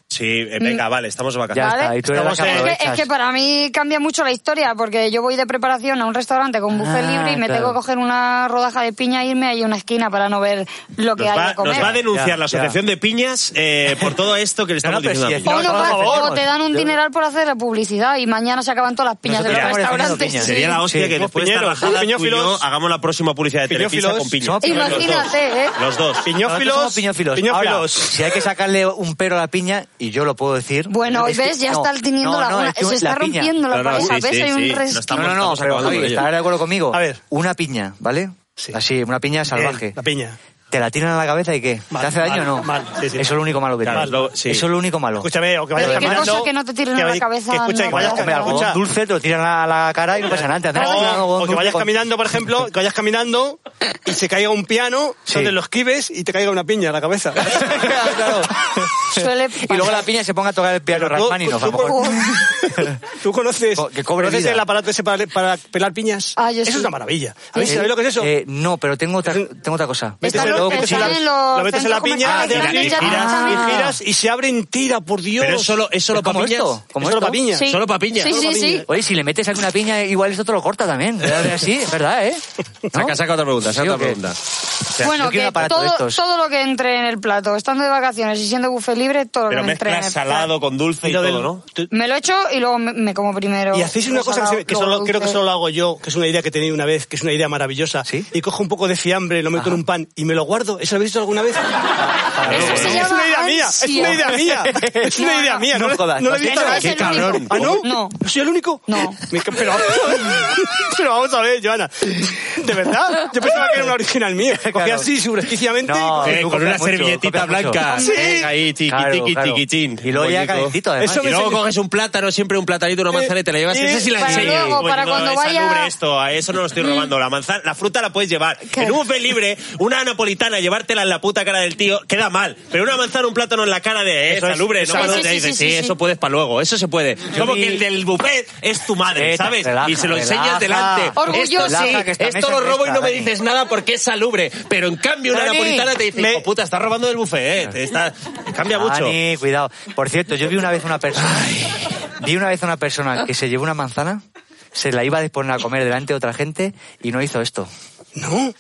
Sí, eh, Mm. venga, vale, estamos de Ya vacaciones. Vale. está, y tú eres la Estamos que en- Es que, es aprovechas. que para mí cambia mucho la historia, porque yo voy de preparación a un restaurante con buffet Ah, libre y me claro. tengo que coger una rodaja de piña e irme ahí a una esquina para no ver lo que Nos hay va, de comer. nos va a denunciar Ya, la Asociación de Piñas eh, por todo esto que le No, estamos no, pero diciendo si a decimos- O, No, no, no, pa- por favor. o te dan un dineral por hacer la publicidad y mañana se acaban todas las piñas de Nosotros los estamos defendiendo restaurantes. piñas. sí. Sería la hostia que Somos después de esta piñeros, bajada tú y piñófilos. yo hagamos la próxima publicidad de Televisa Piñófilos. con piña. Somos piñeros. Los dos. Imagínate, ¿eh? Los dos. Nosotros Piñófilos. somos piñófilos. Ahora, si hay que sacarle un pero a la piña, y yo lo puedo decir. Bueno, hoy es que- ves, ya no, está teniendo no, la, no, una- es que se está la piña- rompiendo No, la no, pareja, sí, ¿ves? sí, hay un sí, res- no estamos- no, no, no, estamos pero acabando Javi, con ello. estarás de acuerdo conmigo. A ver. Una piña, ¿vale? Sí. Así, una piña salvaje. Bien, Eh, La piña. ¿Te la tiran a la cabeza y qué? Mal, ¿Te hace daño mal, o no? mal, sí, sí, Eso es lo único malo que Claro, tiene. es lo- sí. Eso es lo único malo. Escúchame, o que vayas Pero qué caminando. cosa que no te tiren en la vayas- cabeza, Que escucha, no que vayas pasa Hombre, nada. algodón caminando. dulce te lo tiran a la cara y no pasa nada. Te hacen No, así, O, algodón o que vayas dulce con- caminando, por ejemplo, que vayas caminando y se caiga un piano, Sí. donde los esquives y te caiga una piña en la cabeza. Claro, claro. Suele Y luego la piña se ponga a tocar el piano Rachmaninoff. a tú, lo mejor. tú conoces, Co- que cobre conoces vida. el aparato ese para, para pelar piñas. Ah, yo eso sí. es una maravilla. A ver, Eh, ¿Sabéis lo que es eso? eh, no, pero tengo otra, Es tengo otra cosa. Está Tengo lo- algo que está cocinar. en los lo metes en la centros piña comerciales y- grandes, y ya giras, están. y giras y se abren tira, por Dios. Pero es solo, es solo ¿Es como para piñas. esto? ¿Como Es solo esto? para piñas. Sí. Solo para piñas. Sí, Solo sí, para sí. Oye, si le metes aquí una piña, igual esto te lo corta también. Así, ¿verdad, eh? ¿No? Saca, saca otra pregunta, saca Sí, ¿o otra qué? pregunta. yo Bueno, quiero un que aparato de todo, estos. todo lo que entre en el plato, estando de vacaciones y siendo buffet libre, todo Pero lo que entre en el mezclas plato. salado con dulce y, del- todo, ¿no? Me lo echo y luego me, me como primero. Y hacéis una lo cosa que, se- salado, que luego solo, creo que dulce. solo lo hago yo, que es una idea que he tenido una vez, que es una idea maravillosa. ¿Sí? Y cojo un poco de fiambre, lo meto en un pan y me lo guardo. ¿Eso lo habéis hecho alguna vez? Eso se es llama una idea mía, es ansia. una idea mía. Es una No, idea no. mía. No le- jodas, no no. le he visto a Eso nadie. es el Qué cabrón. único. ¿Ah, no? No. ¿Soy el único? No. Me- Pero, pero vamos a ver, Joana. ¿De verdad? Yo pensaba que era una original mía. Cogí Claro. así, subrepticiamente. No, y- Eh, con una mucho, servilletita copias mucho. blanca. Sí. Venga ahí, tiqui, Claro, tiqui, claro. tiquitín. Y luego ya Bonito. calentito, además. Eso Y me luego enseñó- coges un plátano, siempre un platanito, una manzana y te la llevas. Eh, Esa sí la para enseñas. luego, Oye, para no, cuando es vaya- Mm. salubre esto, a eso no lo estoy robando. La manzana, la fruta la puedes llevar. En un buffet libre, una napolitana, llevártela en la puta cara del tío, queda mal. Pero una manzana, un plátano en la cara de eh, Eso es- salubre, eso no cuando es- te Sí, sí, dices, sí, sí, sí, eso sí. puedes para luego, eso se puede. Como vi- que el del buffet es tu madre, Neta, Eh, ¿sabes? relaja, Y se lo relaja. enseñas delante. Orgulloso. Esto sí, Relaja, que esta esto mesa lo es robo y no nuestra, me Dani. dices nada porque es salubre. Pero en cambio una Dani, napolitana te dice, me- hijo puta, estás robando del buffet, eh. Te está- Cambia mucho. Dani, cuidado. Por cierto, yo vi una vez una persona. Vi una vez una persona que se llevó una manzana, se la iba a disponer a comer delante de otra gente y no hizo esto. No.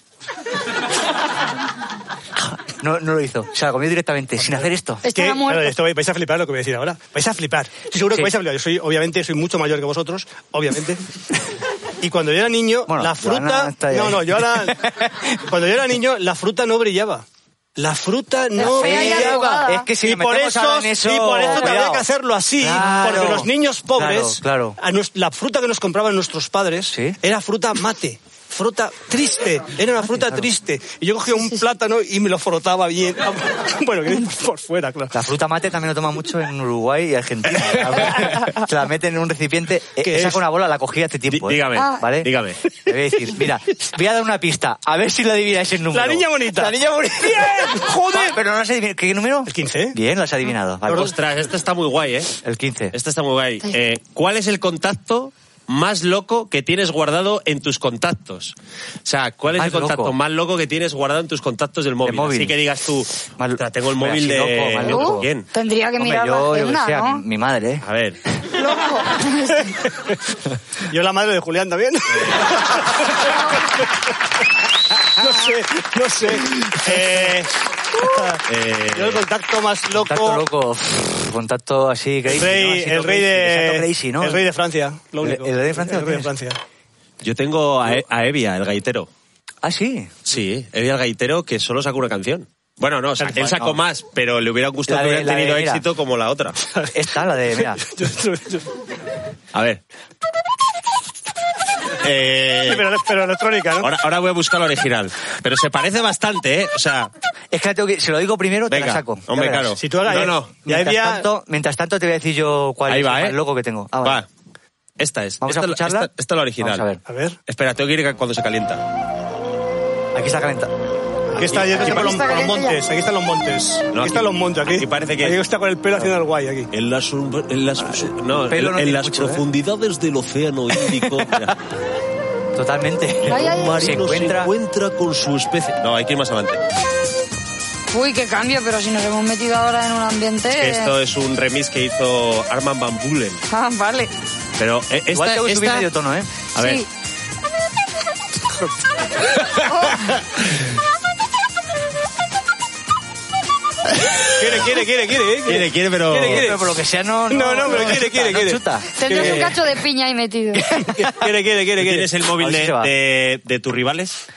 No, no lo hizo. Se la comió directamente, sin hacer esto. Están que- a muerto. claro, esto vais- vais a flipar lo que voy a decir ahora. Vais a flipar. Estoy seguro Sí. que vais a flipar. Yo soy, obviamente, soy mucho mayor que vosotros, obviamente. y cuando yo era niño, Bueno, la Joana fruta. está ya No, ahí. no, yo ahora. cuando yo era niño, la fruta no brillaba. La fruta no fea y brillaba. arrugada. Es que si y, nos por metemos eso, ahora en eso, y por eso cuidado. había que hacerlo así. Claro, porque los niños pobres, claro, claro. a nos- la fruta que nos compraban nuestros padres Sí. era fruta mate. Fruta triste, era una fruta triste. Y yo cogía un plátano y me lo frotaba bien. Bueno, que por- por fuera, claro. La fruta mate también lo toma mucho en Uruguay y Argentina. Se la meten en un recipiente. Eh, ¿Qué Esa es? con una bola la cogí hace tiempo. Dí- eh. dígame, Ah. ¿Vale? dígame. Te voy a decir, mira, voy a dar una pista. A ver si la adivináis el número. La niña bonita. La niña bonita. ¡Bien! ¿eh? ¡Joder! Ah, Pero no has adivinado. ¿Qué número? ¿El 15? Bien, lo has adivinado. Vale. pues, Ostras, esta está muy guay, ¿eh? El 15. Esta está muy guay. Eh, ¿Cuál es el contacto más loco que tienes guardado en tus contactos? O sea, ¿cuál es Más el contacto loco. más loco que tienes guardado en tus contactos del móvil? móvil. Así que digas tú, Más- "Ostras, tengo el Hombre, móvil así de... loco, más de loco. no sé quién". Tendría que Hombre, mirar yo, la yo que agenda, sea, ¿no? mi, mi madre. ¿eh? A ver. loco. Yo la madre de Julián también. no sé, no sé. Eh, Eh, yo el contacto más loco. Contacto loco, pff, contacto así, crazy. ¿no? Así rey- Oh. el todo crazy, rey de. exacto, crazy, ¿no? El rey de Francia. lo ¿El- único. el rey de Francia El lo rey de tienes? Francia. yo tengo a, E- a Evia, el gaitero. Ah, sí. Sí, Evia el gaitero que solo sacó una canción. Bueno, no, o sea, él sacó no. más, pero le hubiera gustado La de- que hubiera la de- tenido mira. éxito como la otra. Esta, la de, mira. Yo- yo- yo- A ver. Eh, pero, pero electrónica, ¿no? ahora, ahora voy a buscar la original. Pero se parece bastante, ¿eh? O sea, Es que la tengo que, se lo digo primero, te Venga, la saco. ya hombre, verás. claro. Si tú ahora. No, no. Y ahí Mientras, había- tanto, mientras tanto, te voy a decir yo cuál ahí es va, ¿eh? el más loco que tengo. Ah, vale. va. Esta es. Vamos esta, a es la- escucharla. Esta, esta es la original. Vamos a ver. A ver. Espera, tengo que ir cuando se calienta. Aquí está calentado. Aquí está, aquí está por los, por los montes. Aquí están los montes. No, aquí están los montes. Aquí, aquí parece que- Aquí está con el pelo haciendo el guay. Aquí. En las, urb- en las, no, en, pelo no en tiene las mucho, ¿eh? profundidades del océano Índico mira, Totalmente. Ay, ay, ay. Se marino encuentra. con su especie. No, hay que ir más adelante. Uy, qué cambio, pero si nos hemos metido ahora en un ambiente... eh, Esto es un remix que hizo Arman Van Bulen. Ah, vale. Pero eh, esta, Igual tengo que subir esta- medio tono, ¿eh? a ver, Sí. Quiere, quiere, quiere, quiere. eh, quiere, quiere, pero Quiere, quiere. Pero por lo que sea, no. No, no, pero quiere, chuta, quiere, no quiere. chuta. Tendrás un Que- cacho de piña ahí metido. Quiere, quiere, quiere, quiere. ¿tienes el móvil A ver si de, se va. de- de tus rivales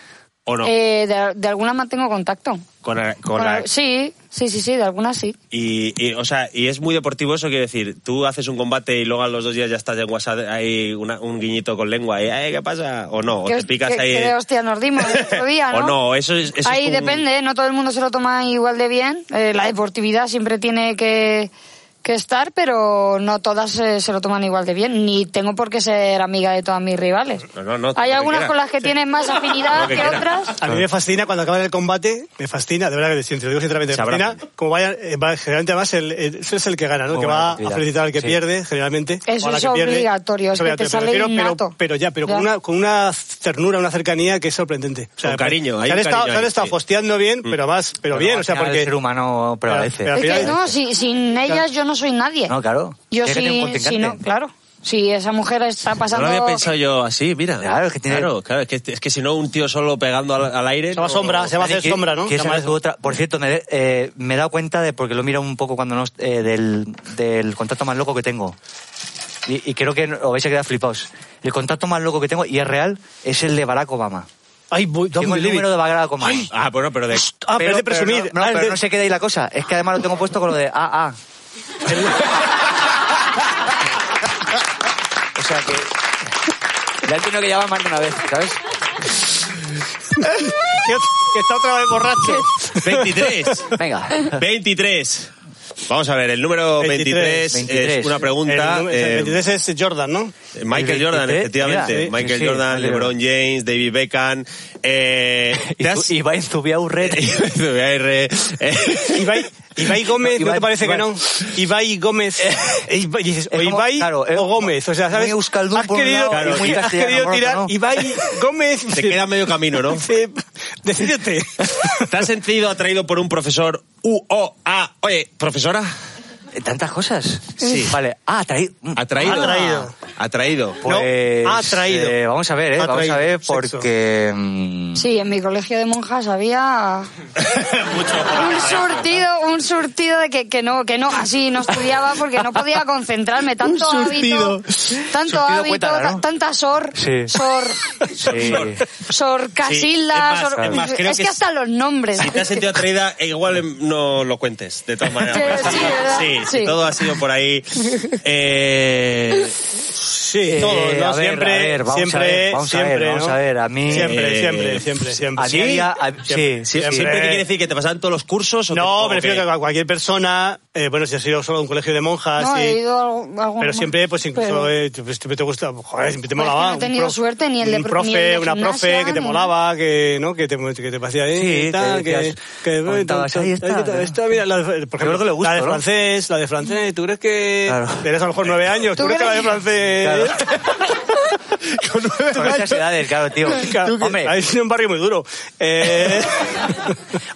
o no? Eh, de, de alguna mantengo contacto. con la- con Con la- al- Sí, sí, sí, sí, de alguna sí. y, y, o sea, y es muy deportivo eso, quiero decir, tú haces un combate y luego a los dos días ya estás en WhatsApp, hay una- un guiñito con lengua, y, "Ay, ¿qué pasa? O no, o Que- te picas que- ahí... que de hostia nos dimos el otro día, ¿no? O no, eso es... eso es Ahí un- depende, ¿eh? no todo el mundo se lo toma igual de bien. Eh, la deportividad siempre tiene que, que estar, pero no todas eh, se lo toman igual de bien. Ni tengo por qué ser amiga de todas mis rivales. No, no, no, lo Hay que algunas quiera. con las que tienes más Lo afinidad que que, quiera. otras. A mí me fascina cuando acaban el combate, me fascina, de verdad que te lo digo sinceramente, Se me fascina. abrazan. Como vayan, eh, va- generalmente además el, el- ese es el que gana, ¿no? Muy que buena va a actividad. felicitar al que Sí. pierde, generalmente. Eso o a la es que pierde. obligatorio, es que te pero sale quiero- pero- innato. Pero, ya, pero Con, Ya. una, con una ternura, una cercanía que es sorprendente. O Con cariño, hay se han un estado, cariño se han ahí, estado sí. fosteando bien, pero más, Mm. pero, bien, o sea, al final porque... El ser humano prevalece. Pero- Es que final- no, si- sin ellas yo no soy nadie. No, claro. Yo Tiene que tener un sí, contrincante. sí, no, claro. Si esa mujer está No pasando... lo había pensado yo así, mira. Claro, es que tiene- claro, claro, es que, es que si no, un tío solo pegando al, al aire. Se llama no- sombra, se llama hacer ¿Quieres- sombra, ¿no? Se quieres llama saber eso. otra? Por cierto, me, eh, me he dado cuenta de, porque lo mira un poco cuando no, eh, del, del contacto más loco que tengo. Y, y creo que os vais a quedar flipados. El contacto más loco que tengo, y es real, es el de Barack Obama. Ay, voy, Tengo el número de Barack Obama. Ah, bueno, pero de. Ah, pero es de presumir. no, no, Ah, es pero de- no se queda ahí la cosa. Es que además lo tengo puesto con lo de AA. o sea que. Ya he tenido que llamar más de una vez, ¿sabes? que, que está otra vez borracho. 23. Venga. 23. Vamos a ver, el número 23, es 23, 23. una pregunta. El, número- el eh, 23 es Jordan, ¿no? Michael El Jordan, 23, efectivamente. mira, sí, Michael sí, sí, Jordan, Michael LeBron James, David Beckham. Eh, Y, ¿te has- tu- y va en tu vía urred. Eh, R, eh, Ibai, Ibai Gómez, ¿no Ibai- te parece Ibai- Eh, que no? Ibai Gómez. Ibai, dices, o Es como- Ibai claro, es o Gómez. O sea, ¿sabes? muy euskaldún has por un querido, lado y muy has castellano por querido otro, tirar ¿no? Ibai Gómez. te queda medio camino, ¿no? Dice, Decídete. ¿Te has sentido atraído por un profesor U, O, A, Oye, profesora? eh. Tantas cosas. Sí. Vale. Ah, traí- Atraído. Ah, Atraído. Atraído. Pues, No, ha traído. eh, vamos a ver, ¿eh? Ha Vamos a traído ver, sexo. porque. mm, Sí, en mi colegio de monjas había un surtido, un surtido de que, que no, que no, así no estudiaba porque no podía concentrarme tanto Un surtido. hábito, tanto Surtido hábito, cuétala, ta- ¿no? tanta sor, Sí. sor, Sí. sor Sí, Casilda, es más, sor- es más, creo que que es- hasta los nombres. Si te has sentido atraída, eh, igual eh, no lo cuentes, de todas maneras. Sí, sí, ¿verdad? Sí, sí, Sí. todo ha sido por ahí. Eh, Sí, Eh, todos, ¿no? a ver, siempre, a ver, vamos siempre, a ver, vamos a ver, siempre, ¿no? vamos a ver, a mí- Siempre, Eh, siempre, siempre, siempre. a día a día- a- sí, ¿sie- sí. eh. ¿Siempre que quiere decir que te pasan todos los cursos? O que- No, o me refiero que- a cualquier persona, eh, bueno, si has ido solo a un colegio de monjas no, y- he ido a algún- a alguna Pero más, siempre, pues incluso, pero- eh, pues, siempre te gusta, joder, siempre te Pues molaba. que no he un tenido prof- suerte, ni el de Un pro- ni el profe, de una profe que gimnasia, te ni- molaba, que, ¿no? Que te, que te parecía, eh, Sí, tal, te- que... eh, te has- comentabas, ahí está, ahí ¿no? está, mira, la de, por ejemplo, creo que le gusta, la de ¿no? francés, la de francés, ¿tú crees que... Claro. Eres a lo mejor nueve años, ¿tú, ¿Tú crees que la de crees? francés... Con nueve Con esas edades, claro, tío. Claro, Hombre, Habéis sido un barrio muy duro. Eh,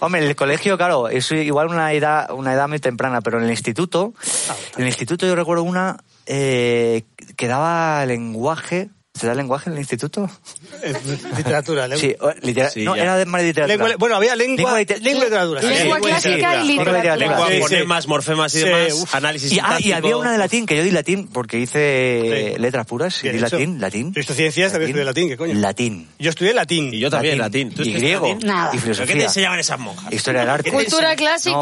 Hombre, en el colegio, claro, es igual una edad, una edad muy temprana, pero en el instituto, en el instituto yo recuerdo una eh, que daba lenguaje. ¿Se da lenguaje en el instituto? literatura, lengua. Sí, o- litera- Sí, no, ya. era de más de literatura. Lengua- bueno, había lengua- lite- lengua y literatura, sí. Lengua clásica y lengua literatura. Lengua, Sí, sí. fonemas, morfemas y Sí, demás. uf. Análisis Y, ah, y sintáctico. había una de latín, que yo di latín porque hice Sí. letras puras. Y Bien di hecho. latín, latín. Yo estudié ciencias, también estudié latín, ¿qué coño? Latín. Yo estudié latín. Y yo también, latín. ¿Tú Y estudias griego. latín? Nada. Y ¿Pero ¿Pero qué te filosofía. enseñaban esas monjas? Historia del arte. Cultura clásica.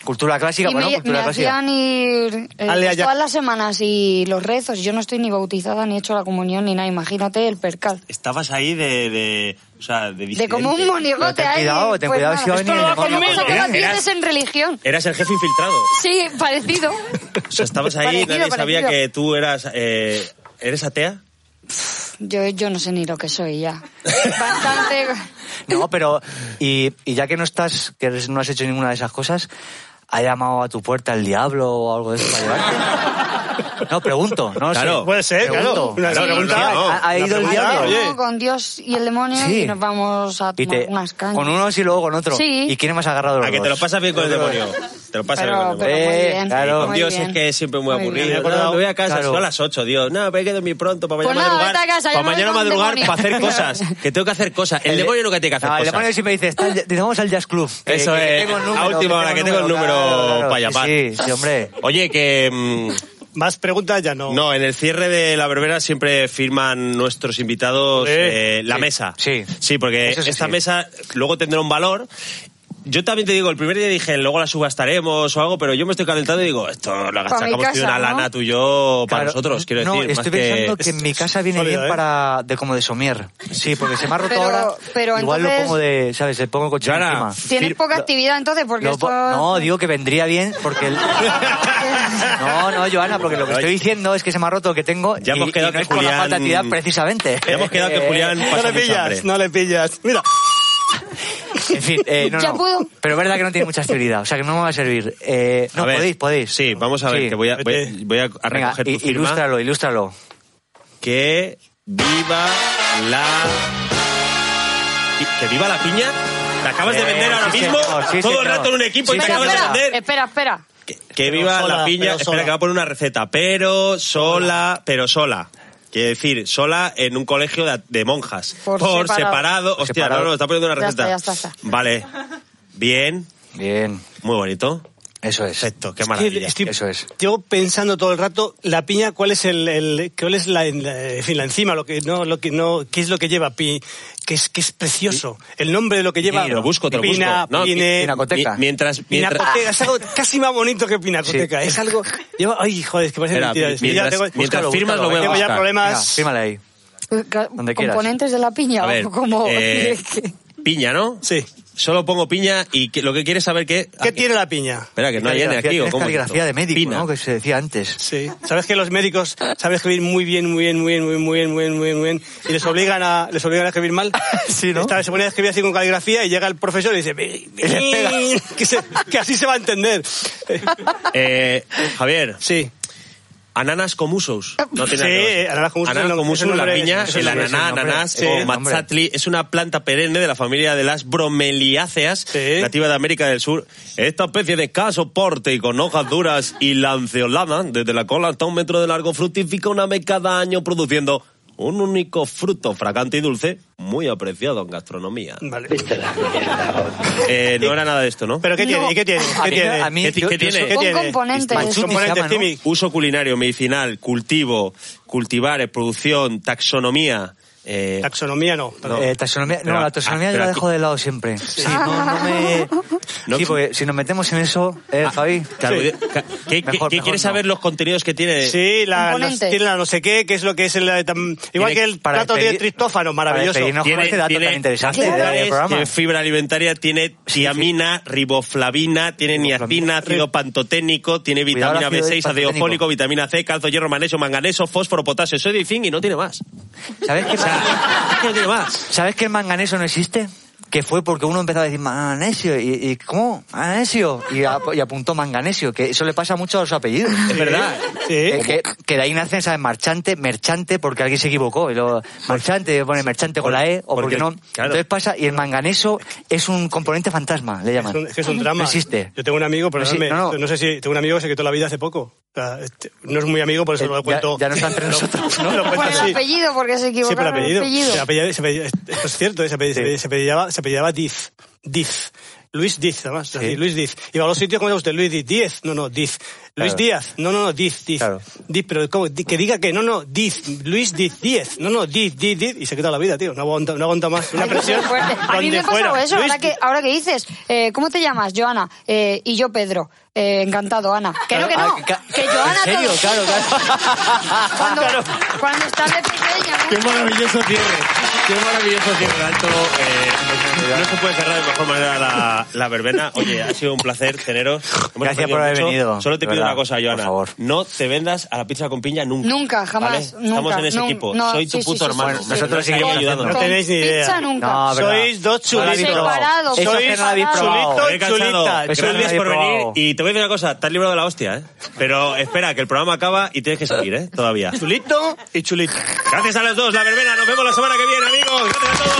No, cultura clásica, y bueno, me, cultura me clásica. hacían ir eh, Ale, allá- todas las semanas y los rezos. Yo no estoy ni bautizada, ni he hecho la comunión, ni nada. Imagínate el percal. Estabas ahí de, de, o sea, de De como disidente. un Pero monigote ten ahí. cuidado, ten cuidado si va a venir el Esto no va demonio. conmigo. Cosa que Eras- no tienes en religión. Eras el jefe infiltrado. Sí, parecido. O sea, estabas ahí, Parecido, nadie sabía parecido. que tú eras... eh, ¿Eres atea? Yo, yo no sé ni lo que soy ya. Bastante. No, pero y, y ya que no estás, que eres- no has hecho ninguna de esas cosas, ¿ha llamado a tu puerta el diablo o algo de eso para llevarte? No, pregunto, no lo Claro. sé. Puede ser, Pregunto. claro. Una Sí. pregunta. No, ha- ha Una ido el pregunta, diablo. oye. Vamos con Dios y el demonio Sí. y nos vamos a Y tomar te- unas cañas. con unos y luego con otro. Sí. ¿Y quién más ha agarrado los A que te lo dos? pasas bien con el demonio. Te lo pasas bien con el demonio. pero, pero muy Eh, bien. claro. muy Con Dios bien. es que es siempre muy aburrido. bien. Me acuerdo, me voy a casa, Claro. son las 8, Dios. No, pero hay que dormir pronto para mañana Pues nada, madrugar. vete a casa, yo para me voy mañana con un madrugar, demonio. para hacer cosas. Que tengo que hacer cosas. El, demonio nunca tiene que hacer Eh, No, el cosas. demonio siempre dice, está, te vamos al jazz club. que- Eso que es, tengo el a número, última hora, que tengo el número pa' Sí, llamar. Sí, sí, hombre. Oye, que... mm, Más preguntas ya no. No, en el cierre de la verbena siempre firman nuestros invitados Eh, eh, la sí, mesa. sí. Sí, porque Eso sí, esta sí. mesa luego tendrá un valor. Yo también te digo, el primer día dije, luego la subastaremos o algo, pero yo me estoy calentando y digo, esto lo Pa' mi gastamos de casa, una ¿no? lana tú y yo para Claro, nosotros, quiero no, decir. más estoy pensando que, que... en mi casa viene Sólida, bien ¿eh? para de como de somier. Sí, porque se me ha roto Pero- ahora. pero Igual lo entonces- pongo de, ¿sabes? Le pongo el coche Joana, encima. Tienes Fir- poca lo- actividad entonces porque Lo esto... po- No, digo que vendría bien porque el... No, no, Joana, porque lo que estoy diciendo es que se me ha roto que tengo Ya y, hemos y quedado no que es por la Julián- falta de actividad precisamente. Ya hemos quedado que Julián Eh, No pasa le mucha hambre. pillas, no le pillas. Mira, En fin, eh, no, Ya no. puedo. Pero es verdad que no tiene mucha actividad, o sea que no me va a servir. Eh, no, A ver, podéis, podéis. Sí, vamos a ver, Sí. que voy a, voy, Vete. voy a a Venga, recoger i- tu firma. ilústralo, ilústralo. Que viva la... ¿Que viva la piña? ¿La acabas de Eh, vender ahora sí, mismo? señor, sí, Todo el señor. rato en un equipo Sí, y te Espera, señor. acabas de espera, Eh, vender. espera, espera. Que, que viva sola, la piña. pero Espera, sola. que va a poner una receta. Pero sola, pero sola. Quiere decir, sola en un colegio de, de monjas. Por separado. Por Hostia, separado. no, no, está poniendo una Ya receta. está, ya está, ya está. Vale. Bien. Bien, Muy bonito. eso es. Perfecto. Qué maravilla. estoy- Eso es. Llevo pensando todo el rato la piña, cuál es el, el- cuál es la, la- en fin, la enzima, lo que no, lo que no, qué es lo que lleva pi, que es que es precioso. El nombre de lo que lleva. Te lo busco, te lo busco. pina, No, pine- pinacoteca. mi- Mientras, mientras, Pinacoteca, es algo casi más bonito que pinacoteca. Es algo. Lleva, ay, joder, es que parece Espera, mentira. Es que mientras- ya tengo- mientras firmas lo voy a Tengo ya buscar. Venga, problemas. fírmale ahí. Donde quieras. Componentes de la piña A ver, o como... eh, piña, ¿no? Sí. Solo pongo piña y que- lo que quieres saber que... ¿Qué aquí- tiene la piña? Espera, que no hay N Tienes aquí, ¿o cómo es caligrafía esto? de médico, Pina. ¿no? Que se decía antes. Sí. Sabes que los médicos saben escribir muy bien, muy bien, muy bien, muy bien, muy bien, muy bien, muy bien, y les obligan a les obligan a escribir mal. Sí, ¿no? Esta vez se pone a escribir así con caligrafía y llega el profesor y dice que, se- que así se va a entender. Eh, Javier, Sí. Ananas con musos. No tiene Eh, Sí, nada que ver. ananas con musos, Ananas no, con musos, la ese nombre- piña, ese el nombre, ananá, ese nombre, ananás ese o nombre. matzatli. Es una planta perenne de la familia de las bromeliáceas, Sí. nativa de América del Sur. Esta especie de escaso porte y con hojas duras y lanceoladas, desde la cola hasta un metro de largo, fructifica una vez cada año produciendo un único fruto fragante y dulce, muy apreciado en gastronomía. Vale. Eh, no era nada de esto, ¿no? Pero qué tiene? ¿Y qué tiene? A ¿Qué mí- tiene? a mí- ¿Qué ti- yo- qué yo tiene? soy- ¿Qué Con tiene? componentes. Machu- Componentes, se llama, ¿no? Timmy. Uso culinario, medicinal, cultivo, cultivar, eh, producción, taxonomía. eh, Taxonomía no. perdón. Eh, taxonomía, no, Pero- la taxonomía ah, yo pero la aquí- dejo de lado siempre. Sí, no, no me... No, Ah, sí, porque si nos metemos en eso, eh, Javi... claro, Sí. de- ca- ¿Qué, qué- Mejor- qué mejor quieres no. saber los contenidos que tiene? Sí, la, los- Componentes. tiene la no sé qué, que es lo que es el... eh, tam- igual que el para plato tiene despedir- tristófano, maravilloso. para despedirnos con Tiene, este dato tiene tan interesante del azúcares, programa. tiene fibra alimentaria, tiene tiamina, riboflavina, tiene niacina, ácido pantoténico, tiene Cuidado, vitamina ácido B6, ácido pantoténico. fólico, vitamina C, calcio, hierro, magnesio, manganeso, fósforo, potasio, sodio y zinc y no tiene más. ¿Sabes qué O sea, pasa? es que no tiene más. ¿Sabes que el manganeso no existe? que fue porque uno empezaba a decir manganesio y, y ¿cómo? Manganesio y, ap- y apuntó manganesio, que eso le pasa mucho a los apellidos. Es verdad. Sí. Que, que- que de ahí nacen, ¿sabes? Marchante, merchante, porque alguien se equivocó. Y luego, marchante, pone merchante con la E, o porque- porque, no. claro. Entonces pasa, y el manganeso es un componente fantasma, le Es llaman. un, es que es un drama. No existe. Yo tengo un amigo, pero No exi- no, no, no. sé si tengo un amigo que se quitó la vida hace poco. O sea, este, no es muy amigo, por eso Eh, lo ya- cuento. ya no está entre lo- nosotros, ¿no? lo Por cuento el así. apellido, porque se Sí, por equivocaron en el apellido. apellido. Se apellida- se apellida- esto es cierto, ¿eh? se apellida- se apellida- se apellidaba, se apellidaba Diz. Diz. Luis Diz, además. es decir, Luis Diz. Iba a los sitios, ¿cómo era usted? Luis Diz. Diez. No, no, Diz. Luis Claro. Díaz. No, no, no, Diz, Diz. Claro. Diz, pero ¿cómo? Di- Que diga que no, no, Diz. Luis Diz, Diez. No, no, Diz, Diz, Diz. Y se quita la vida, tío. No aguanta, no aguanta más. Una Ay, qué presión. fuerte. A donde mí me ha pasado fuera. eso. Luis Ahora que, Diz. ahora que dices, eh, ¿cómo te llamas, Joana? Eh, y yo, Pedro. Eh, encantado, Ana. Que no, que no. Ah, ca- Que Joana. ¿En serio? todo Claro, junto. claro. Cuando, cuando estás de pequeña. ¿no? Qué maravilloso cierre. Qué maravilloso cierre, Alto. Eh, no se puede cerrar de mejor manera la, la verbena. Oye, ha sido un placer teneros. Hemos Gracias aprendido por haber mucho. venido, Solo te de pido verdad, una cosa, Joana. por favor. No te vendas a la pizza con piña nunca. Nunca, jamás, ¿Vale? Estamos nunca, en ese nun- equipo. no, Soy tu sí, sí, puto sí, hermano. sí, sí. Seguimos Nosotros seguimos ayudándonos. No Con tenéis ni idea. Pizza nunca. No, verdad. Sois dos No lo habéis chulitos. probado. Separados, Eso sois que no lo habéis separados. probado. Chulito, Me he eh, cansado. chulita. Gracias Eso no lo habéis por venir. probado. Y te voy a decir una cosa, te has librado de la hostia, ¿eh? Pero espera, que el programa acaba y tienes que seguir, ¿eh? Todavía. Chulito y chulito. Gracias a los dos, la verbena. Nos vemos la semana que viene, amigos. Gracias a todos.